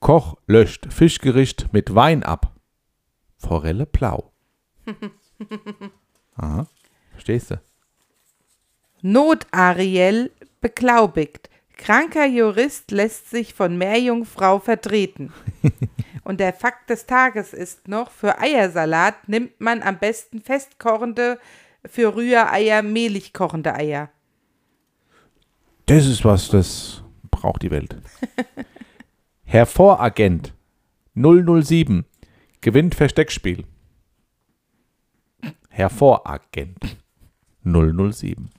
C: Koch löscht Fischgericht mit Wein ab. Forelle blau. Aha. Verstehst du?
B: Not-Ariel beglaubigt. Kranker Jurist lässt sich von Meerjungfrau vertreten. Und der Fakt des Tages ist noch, für Eiersalat nimmt man am besten festkochende, für Rühreier mehlig kochende Eier.
C: Das ist was, das braucht die Welt. Hervoragent 007 gewinnt Versteckspiel. Hervoragent 007.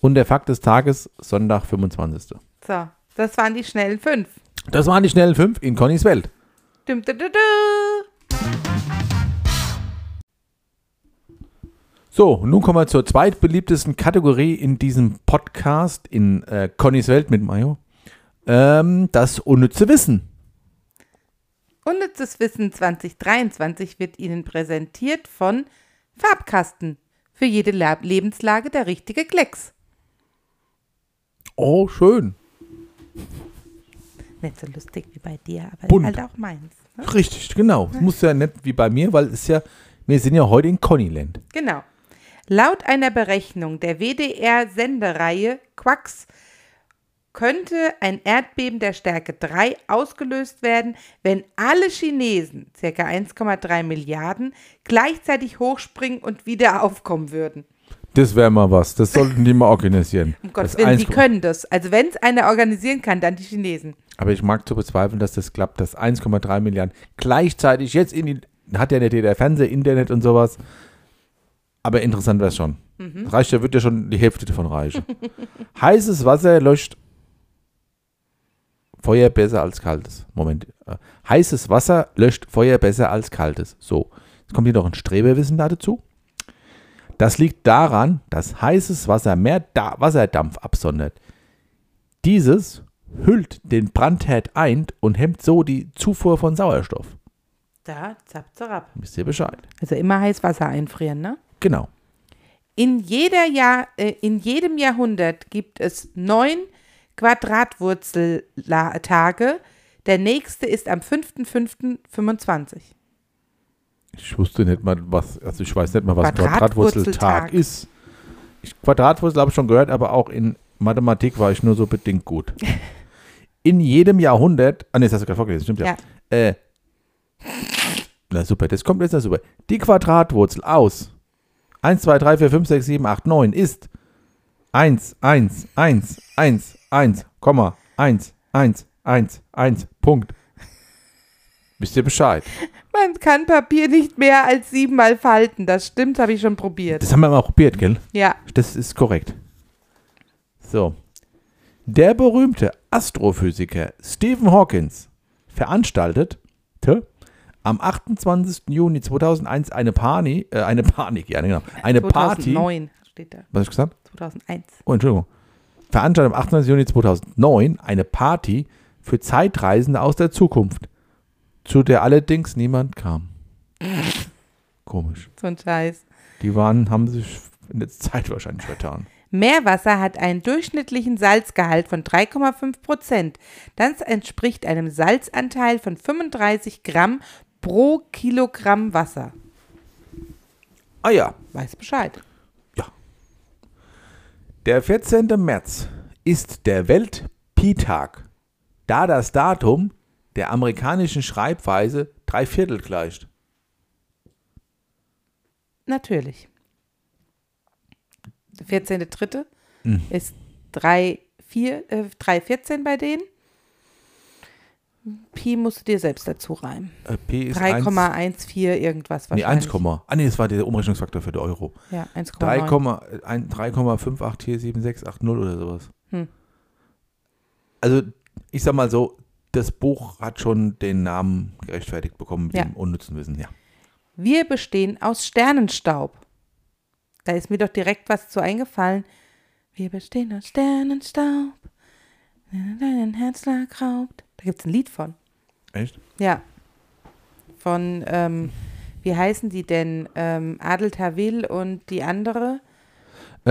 C: Und der Fakt des Tages, Sonntag, 25.
B: So, das waren die schnellen fünf.
C: Das waren die schnellen fünf in Connys Welt.
B: Dum, dum, dum, dum.
C: So, nun kommen wir zur zweitbeliebtesten Kategorie in diesem Podcast in äh, Connys Welt mit Mayo. Ähm, das unnütze Wissen.
B: Unnützes Wissen 2023 wird Ihnen präsentiert von Farbkasten. Für jede La Lebenslage der richtige Klecks.
C: Oh, schön.
B: Nicht so lustig wie bei dir, aber
C: Bunt.
B: ist halt auch meins. Ne?
C: Richtig, genau. Es muss ja nicht wie bei mir, weil es ja, wir sind ja heute in Connyland.
B: Genau. Laut einer Berechnung der WDR-Sendereihe Quacks könnte ein Erdbeben der Stärke 3 ausgelöst werden, wenn alle Chinesen, ca. 1,3 Milliarden, gleichzeitig hochspringen und wieder aufkommen würden.
C: Das wäre mal was. Das sollten die mal organisieren.
B: Um Gottes
C: Das
B: Willen,
C: eins-
B: die können das. Also wenn es einer organisieren kann, dann die Chinesen.
C: Aber ich mag zu bezweifeln, dass das klappt, dass 1,3 Milliarden gleichzeitig jetzt in die. Hat ja nicht jeder Fernseher, Internet und sowas. Aber interessant wäre es schon. Reicht ja, wird ja schon die Hälfte davon reichen. Heißes Wasser löscht Feuer besser als kaltes. Moment. Äh, Heißes Wasser löscht Feuer besser als kaltes. So. Jetzt kommt hier noch ein Streberwissen dazu. Das liegt daran, dass heißes Wasser mehr da Wasserdampf absondert. Dieses hüllt den Brandherd ein und hemmt so die Zufuhr von Sauerstoff.
B: Da, zapp, zapp.
C: Wisst ihr Bescheid?
B: Also immer heiß Wasser einfrieren, ne?
C: Genau.
B: In, jeder Jahr, äh, in jedem Jahrhundert gibt es neun Quadratwurzeltage. Der nächste ist am 5.5.25.
C: Ich wusste nicht mal, was, also ich weiß nicht mal, was ein
B: Quadratwurzeltag.
C: Quadratwurzeltag ist. Ich, Quadratwurzel habe ich schon gehört, aber auch in Mathematik war ich nur so bedingt gut. In jedem Jahrhundert, ah ne, das hast du gerade vorgelesen, stimmt ja. Äh, na super, das kommt jetzt na super. Die Quadratwurzel aus 1, 2, 3, 4, 5, 6, 7, 8, 9 ist 1, 1, 1, 1, 1, Komma, 1, 1, 1, 1, Punkt. Wisst ihr Bescheid?
B: Man kann Papier nicht mehr als siebenmal falten. Das stimmt, habe ich schon probiert.
C: Das haben wir mal probiert, gell?
B: Ja,
C: Das ist korrekt. So. Der berühmte Astrophysiker Stephen Hawkins veranstaltet te, am 28. Juni 2001 eine Party, äh, eine Panik, ja genau, eine Party.
B: 2009 steht da.
C: Was hab ich gesagt?
B: 2001.
C: Oh, Entschuldigung. Veranstaltet am 28. Juni 2009 eine Party für Zeitreisende aus der Zukunft, zu der allerdings niemand kam. Komisch.
B: So ein Scheiß.
C: Die waren, haben sich in der Zeit wahrscheinlich vertan.
B: Meerwasser hat einen durchschnittlichen Salzgehalt von 3,5 Prozent. Das entspricht einem Salzanteil von 35 Gramm pro Kilogramm Wasser.
C: Ah ja,
B: Weiß Bescheid.
C: Der 14. März ist der Welt-Pi-Tag, da das Datum der amerikanischen Schreibweise drei Viertel gleicht.
B: Natürlich. Der 14.3.
C: Hm.
B: ist 3, 4, äh, 3,14 bei denen. Pi musst du dir selbst dazu reimen.
C: Äh, P ist 1,
B: 3,14 irgendwas
C: nee,
B: wahrscheinlich.
C: 1, Komma. ah nee, das war der Umrechnungsfaktor für den Euro.
B: Ja, 1,9.
C: 3,5847680 oder sowas.
B: Hm.
C: Also ich sag mal so, das Buch hat schon den Namen gerechtfertigt bekommen mit
B: Ja.
C: dem unnützen Wissen, ja.
B: Wir bestehen aus Sternenstaub. Da ist mir doch direkt was zu eingefallen. Wir bestehen aus Sternenstaub. wenn Dein Herzschlag raubt. Da gibt es ein Lied von.
C: Echt?
B: Ja. Von, ähm, wie heißen die denn? Ähm, Adel Tawil und die andere?
C: Äh,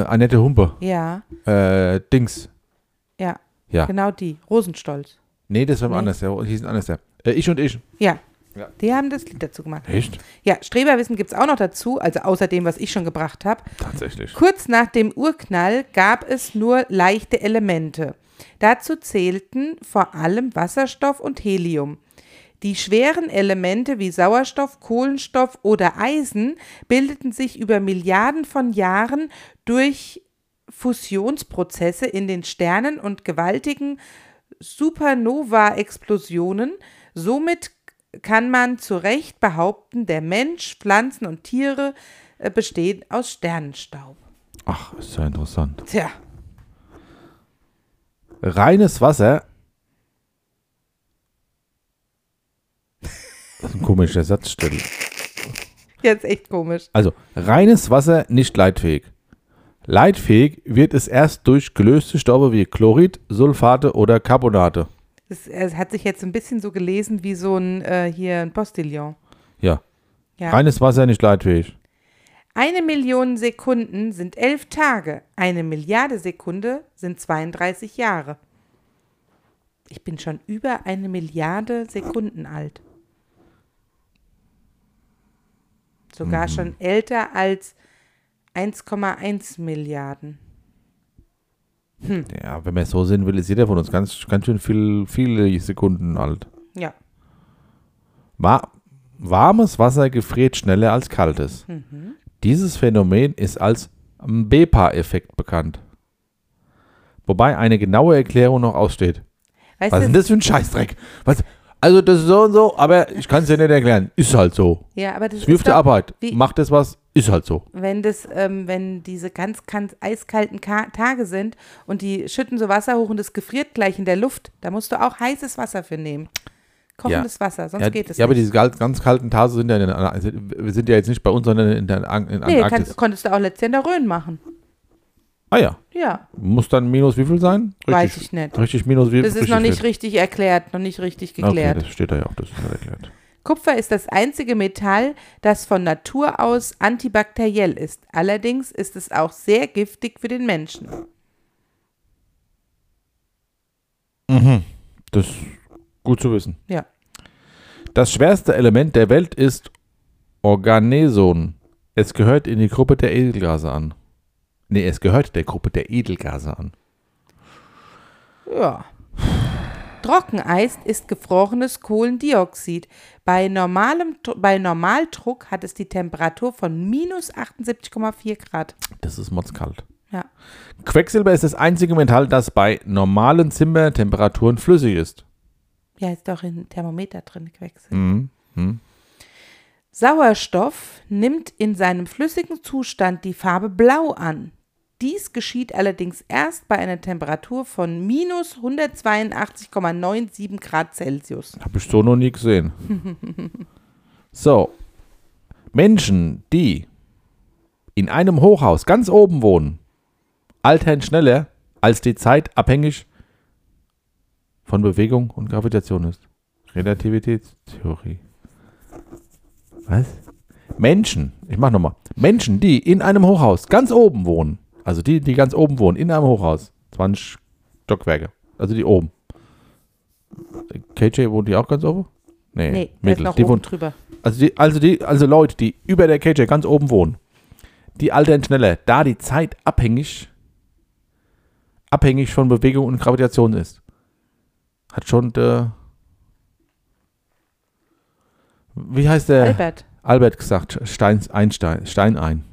C: äh, Annette Humpe,
B: Ja,
C: äh, Dings.
B: ja.
C: Ja.
B: Genau die. Rosenstolz.
C: Nee, das war
B: Nee.
C: anders, ja. Die sind anders, ja. Äh, ich und ich.
B: Ja.
C: Ja.
B: Die haben das Lied dazu gemacht.
C: Echt?
B: Ja, Streberwissen gibt es auch noch dazu, also außer dem, was ich schon gebracht habe.
C: Tatsächlich.
B: Kurz nach dem Urknall gab es nur leichte Elemente. Dazu zählten vor allem Wasserstoff und Helium. Die schweren Elemente wie Sauerstoff, Kohlenstoff oder Eisen bildeten sich über Milliarden von Jahren durch Fusionsprozesse in den Sternen und gewaltigen Supernova-Explosionen. Somit kann man zu Recht behaupten, der Mensch, Pflanzen und Tiere äh, bestehen aus Sternenstaub.
C: Ach, ist ja interessant.
B: Tja,
C: Reines Wasser. Das ist ein komischer Satzstelle.
B: Jetzt echt komisch.
C: Also, reines Wasser nicht leitfähig. Leitfähig wird es erst durch gelöste Stoffe wie Chlorid, Sulfate oder Carbonate.
B: Es, es hat sich jetzt ein bisschen so gelesen wie so ein äh, hier ein Postillon.
C: Ja.
B: Ja.
C: Reines Wasser nicht leitfähig.
B: Eine Million Sekunden sind elf Tage. Eine Milliarde Sekunde sind 32 Jahre. Ich bin schon über eine Milliarde Sekunden alt. Sogar
C: Mhm.
B: schon älter als 1,1 Milliarden. Hm.
C: Ja, wenn man es so sehen will, ist jeder von uns ganz, ganz schön viel, viele Sekunden alt.
B: Ja.
C: Wa- Warmes Wasser gefriert schneller als kaltes.
B: Mhm.
C: Dieses Phänomen ist als BEPA-Effekt bekannt. Wobei eine genaue Erklärung noch aussteht.
B: Weißt
C: Was ist denn
B: du,
C: das für ein Scheißdreck? Was? Also das ist so und so, aber ich kann es dir nicht erklären. Ist halt so.
B: ja, aber das
C: Es wirft
B: ist
C: der
B: doch,
C: Arbeit.
B: wie-
C: Macht es was, ist halt so.
B: wenn das, ähm, wenn diese ganz, ganz eiskalten Ka Tage sind und die schütten so Wasser hoch und es gefriert gleich in der Luft, da musst du auch heißes Wasser für nehmen. Kochendes Wasser, sonst
C: ja,
B: geht es
C: ja aber
B: nicht.
C: diese ganz, ganz kalten Tage sind ja, in, der- sind sind ja jetzt nicht bei uns, sondern in, der, An- in
B: nee,
C: Antarktis.
B: kannst, konntest du auch letztes Jahr in der Rhön machen.
C: ah ja,
B: Ja,
C: muss dann minus wie viel sein? Richtig,
B: Weiß ich nicht.
C: Richtig minus wie viel?
B: das ist noch nicht richtig erklärt, noch nicht richtig geklärt.
C: Okay, das steht da ja auch, das ist nicht erklärt.
B: Kupfer ist das einzige Metall, das von Natur aus antibakteriell ist. Allerdings ist es auch sehr giftig für den Menschen.
C: Das ist gut zu wissen.
B: Ja.
C: Das schwerste Element der Welt ist Organeson. Es gehört in die Gruppe der Edelgase an. Nee, es gehört der Gruppe der Edelgase an.
B: Ja. Trockeneis ist gefrorenes Kohlendioxid. Bei, normalem, Dru- bei Normaldruck hat es die Temperatur von minus 78,4 Grad.
C: Das ist motzkalt.
B: Ja.
C: Quecksilber ist das einzige Metall, das bei normalen Zimmertemperaturen flüssig ist.
B: Ja, ist doch in Thermometer drin, Quecksilber.
C: Mhm.
B: Sauerstoff nimmt in seinem flüssigen Zustand die Farbe blau an. Dies geschieht allerdings erst bei einer Temperatur von minus 182,97 Grad Celsius.
C: Habe ich so noch nie gesehen. so. Menschen, die in einem Hochhaus ganz oben wohnen, altern schneller, als die Zeit abhängig von Bewegung und Gravitation ist. Relativitätstheorie. Was? Menschen, ich mach nochmal. Menschen, die in einem Hochhaus ganz oben wohnen, also die, die ganz oben wohnen, in einem Hochhaus, 20 Stockwerke, also die oben. KJ wohnt die auch ganz oben? Nee,
B: Nee, der ist
C: mittel.
B: noch
C: Die
B: oben
C: wohnt
B: drüber.
C: also, die, also, die, also Leute, die über der KJ ganz oben wohnen, die altern schneller, da die Zeit abhängig, abhängig von Bewegung und Gravitation ist. Hat schon der. Wie heißt der?
B: Albert.
C: Albert gesagt. Steins Einstein. Stein ein.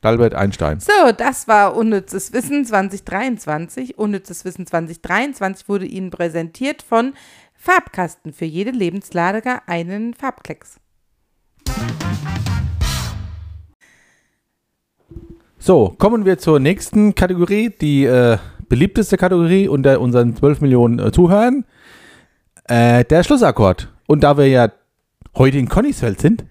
C: Albert Einstein.
B: So, das war Unnützes Wissen 2023. Unnützes Wissen 2023 wurde Ihnen präsentiert von Farbkasten. Für jede Lebenslage einen Farbklecks.
C: So, kommen wir zur nächsten Kategorie, die äh, beliebteste Kategorie unter unseren 12 Millionen äh, Zuhörern. Äh, der Schlussakkord. Und da wir ja heute in Connisfeld sind,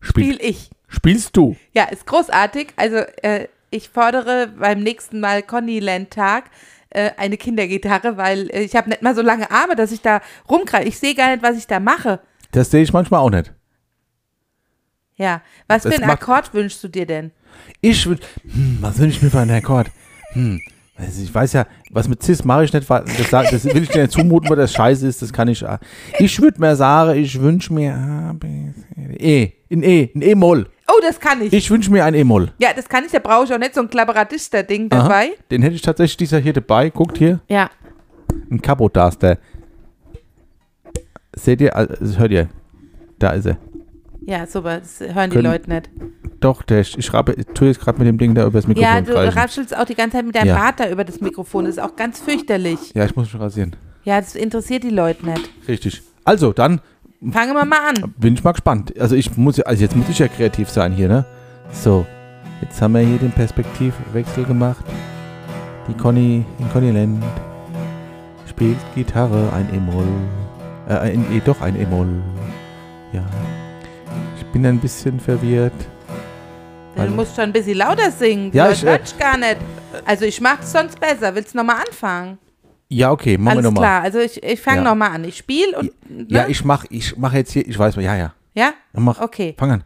C: spiel,
B: Spiel ich.
C: spielst du.
B: Ja, ist großartig. Also, äh, ich fordere beim nächsten Mal Connyland-Tag äh, eine Kindergitarre, weil äh, ich habe nicht mal so lange Arme, dass ich da rumgreife. Ich sehe gar nicht, was ich da mache.
C: Das sehe ich manchmal auch nicht.
B: Ja, was
C: Das
B: für einen
C: macht-
B: Akkord wünschst du dir denn?
C: Ich würde. Hm, was wünsche ich mir für einen Akkord? Hm. Also ich weiß ja, was mit Cis mache ich nicht, weil das, sa- das will ich dir nicht zumuten, weil das scheiße ist, das kann ich. ah. Ich würde mir sagen, ich wünsche mir A, B, C, D, E, ein E, ein E-Moll.
B: Oh, das kann ich.
C: Ich wünsche mir ein E-Moll.
B: Ja, das kann ich. Da brauche ich auch nicht so ein Klapperatister-Ding
C: Aha.
B: dabei.
C: Den hätte ich tatsächlich dieser hier dabei. Guckt hier,
B: Ja.
C: ein Kapodaster. Seht ihr, also, hört ihr, da ist er.
B: Ja, super, das hören die
C: Können-
B: Leute nicht.
C: Doch, der, ich, ich, rappe, ich tue jetzt gerade mit dem Ding da übers Mikrofon.
B: Ja, du
C: greifen.
B: raschelst auch die ganze Zeit mit deinem
C: Ja.
B: Bart da über das Mikrofon. Das ist auch ganz fürchterlich.
C: ja, ich muss mich rasieren.
B: Ja, das interessiert die Leute nicht.
C: Richtig. Also, dann
B: Fangen wir mal an.
C: bin ich mal gespannt. Also, ich muss, ja- also jetzt muss ich ja kreativ sein hier, ne? So, jetzt haben wir hier den Perspektivwechsel gemacht. Die Conny in Connyland spielt eh, Gitarre, ein E-Moll. Äh, ein, e, doch, ein E-Moll. Ja. Ich bin ein bisschen verwirrt.
B: Du musst schon ein bisschen lauter singen.
C: Also. Ja,
B: Ja,
C: ich,
B: ich
C: äh,
B: gar nicht. Also ich mach's sonst besser. Willst du nochmal anfangen?
C: Ja, okay, machen wir
B: Alles
C: nochmal.
B: klar, also ich, ich fange
C: Ja.
B: noch nochmal an. Ich spiele und.
C: Ja,
B: ne?
C: ich mach, ich mach jetzt hier, ich weiß mal, ja, ja.
B: Ja?
C: Ja, Mach,
B: Okay.
C: fang an.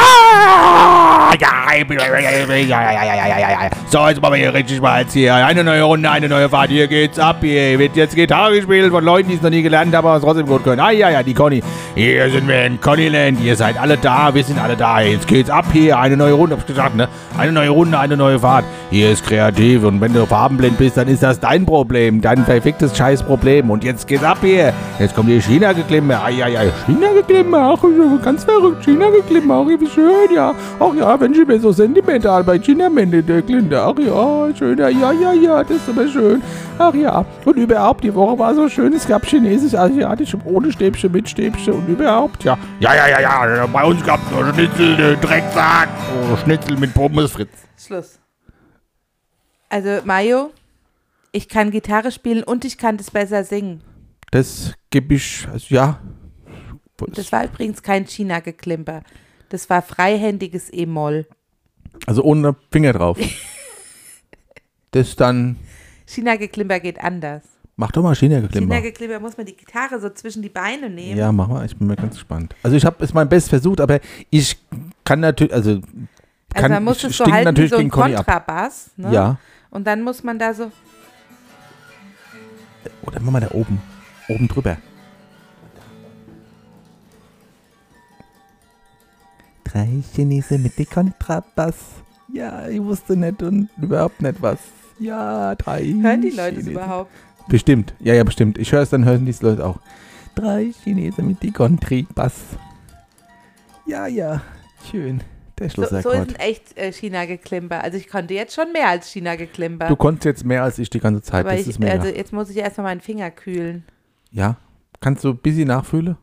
A: Ah, ja, ja, ja, ja, ja, ja, ja, ja, ja, ja. So, jetzt machen wir hier richtig Spaß hier. Eine neue Runde, eine neue Fahrt. Hier geht's ab. Hier wird jetzt Gitarre gespielt von Leuten, die es noch nie gelernt haben, aber es trotzdem gut können. Ah, ja, ja, die Conny. Hier sind wir in Connyland. Ihr seid alle da. Wir sind alle da. Jetzt geht's ab hier. Eine neue Runde, hab's gesagt, ne? Eine neue Runde, eine neue Fahrt. Hier ist kreativ. Und wenn du farbenblind bist, dann ist das dein Problem. Dein verficktes Scheißproblem. Und jetzt geht's ab hier. Jetzt kommt hier China-Geklimme. Ai, ai, ai. China-Geklimme. Ach, ganz verrückt. China-Geklimme. Ach, wie schön, ja. Ach ja, wenn ich mir so sentimental bei China-Mende der Glinde. Ach ja, schöner. Ja, ja, ja, das ist aber schön. Ach ja. Und überhaupt, die Woche war so schön. Es gab chinesisch, asiatisch, ohne Stäbchen, mit Stäbchen und überhaupt, ja. Ja, ja, ja, ja. Bei uns gab's nur Schnitzel, äh, Drecksack. Oh, Schnitzel mit Pommes, Fritz.
B: Schluss. Also, Mayo, ich kann Gitarre spielen und ich kann das besser singen.
C: Das gebe ich, also, ja.
B: Das war übrigens kein China-Geklimper. Das war freihändiges E-Moll.
C: Also ohne Finger drauf. [laughs] das dann,
B: China-Geklimper geht anders.
C: mach doch mal China-Geklimmer.
B: China-Geklimper muss man die Gitarre so zwischen die Beine nehmen.
C: Ja, mach mal, ich bin mir ganz gespannt. Also ich habe es mein Bestes versucht, aber ich kann natürlich, also,
B: also,
C: kann,
B: man muss
C: ich
B: es so
C: stink
B: halten wie
C: natürlich
B: so ein
C: gegen Conny ab.
B: Kontrabass. Ne?
C: Ja.
B: Und dann muss man da so.
C: Oder machen wir da oben. Oben drüber. Drei Chinesen mit dem Kontrabass. Ja, ich wusste nicht und überhaupt nicht was. Ja, drei.
B: Hören die Leute es
C: Chinesen.
B: überhaupt?
C: Bestimmt. Ja, ja, bestimmt. Ich höre es, dann hören die es Leute auch. Drei Chinesen mit dem Kontrabass. Ja, ja. Schön. Der
B: So, so ist
C: Schlussakkord.
B: ein echt äh, China-Geklimper. Also, ich konnte jetzt schon mehr als China-Geklimper.
C: du konntest jetzt mehr als ich die ganze Zeit.
B: Aber
C: das
B: ich,
C: ist mega.
B: also jetzt muss ich erstmal meinen Finger kühlen.
C: ja. Kannst du ein bisschen nachfühlen?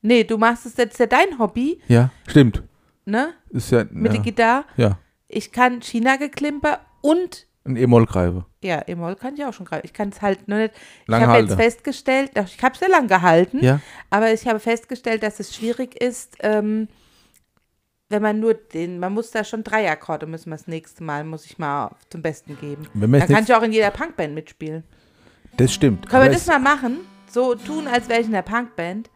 B: Nee, du machst es jetzt ja dein Hobby,
C: Ja. Stimmt.
B: ne?
C: Ist ja.
B: Mit
C: ja.
B: der Gitarre.
C: Ja,
B: Ich kann China-Geklimper und
C: ein E-Moll-Greife.
B: ja, E-Moll kann ich auch schon gerade. Ich kann es halt nur nicht.
C: Lang
B: ich habe
C: halte.
B: jetzt festgestellt, doch, ich habe es ja lang gehalten,
C: Ja.
B: aber ich habe festgestellt, dass es schwierig ist, ähm, wenn man nur den, man muss da schon drei Akkorde müssen wir das nächste Mal, muss ich mal auf- zum Besten geben.
C: Wenn wir jetzt
B: Dann kann
C: nichts,
B: ich auch in jeder Punkband mitspielen.
C: das stimmt.
B: Können wir
C: Aber
B: das
C: es-
B: mal machen? So tun, als wäre ich in der Punkband.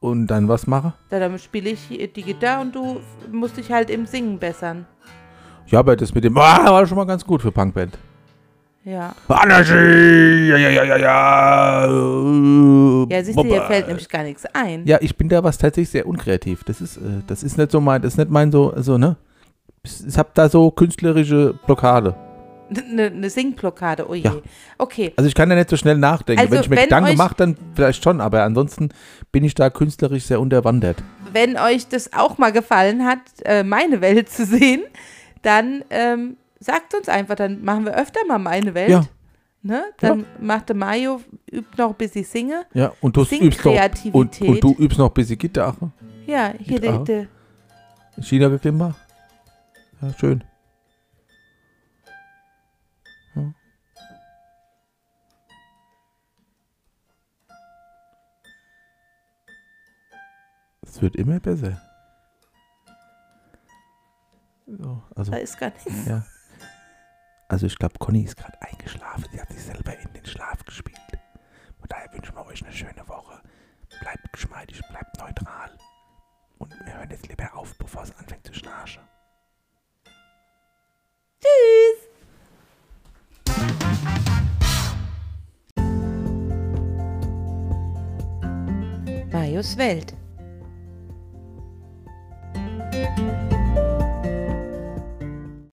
C: und dann was mache?
B: Da, dann spiele ich hier die Gitarre und du f- musst dich halt im Singen bessern.
C: Ja, aber das mit dem ah, war schon mal ganz gut für Punkband.
B: Ja.
A: Anarchie. Ja, ja, ja, ja, ja.
B: Ja, siehst du, hier fällt nämlich gar nichts ein.
C: Ja, ich bin da was tatsächlich sehr unkreativ. Das ist, äh, das ist nicht so mein, das ist nicht mein so, so ne? Ich, ich habe da so künstlerische Blockade.
B: Eine ne Singblockade, oh je.
C: Ja.
B: Okay.
C: Also ich kann da nicht so schnell nachdenken.
B: Also,
C: wenn ich mir
B: wenn
C: Gedanken
B: euch-
C: mache, dann vielleicht schon, aber ansonsten bin ich da künstlerisch sehr unterwandert.
B: Wenn euch das auch mal gefallen hat, äh, meine Welt zu sehen, dann ähm, sagt uns einfach, dann machen wir öfter mal meine Welt.
C: Ja.
B: Ne? Dann macht der Mario, übt noch, bis ich singe.
C: Ja, und du übst noch
B: Singkreativität.
C: und, und du übst noch ein bisschen Gitarre.
B: Ja, hier der,
C: Gitarre.
B: der.
C: China geklimmer. Ja, schön. Ja. Es wird immer besser. So, also,
B: Da ist gar nichts.
C: ja. Also ich glaube, Conny ist gerade eingeschlafen. Sie hat sich selber in den Schlaf gespielt. Von daher wünschen wir euch eine schöne Woche. Bleibt geschmeidig, bleibt neutral. Und wir hören jetzt lieber auf, bevor es anfängt zu schnarchen.
B: Tschüss. Marius Welt.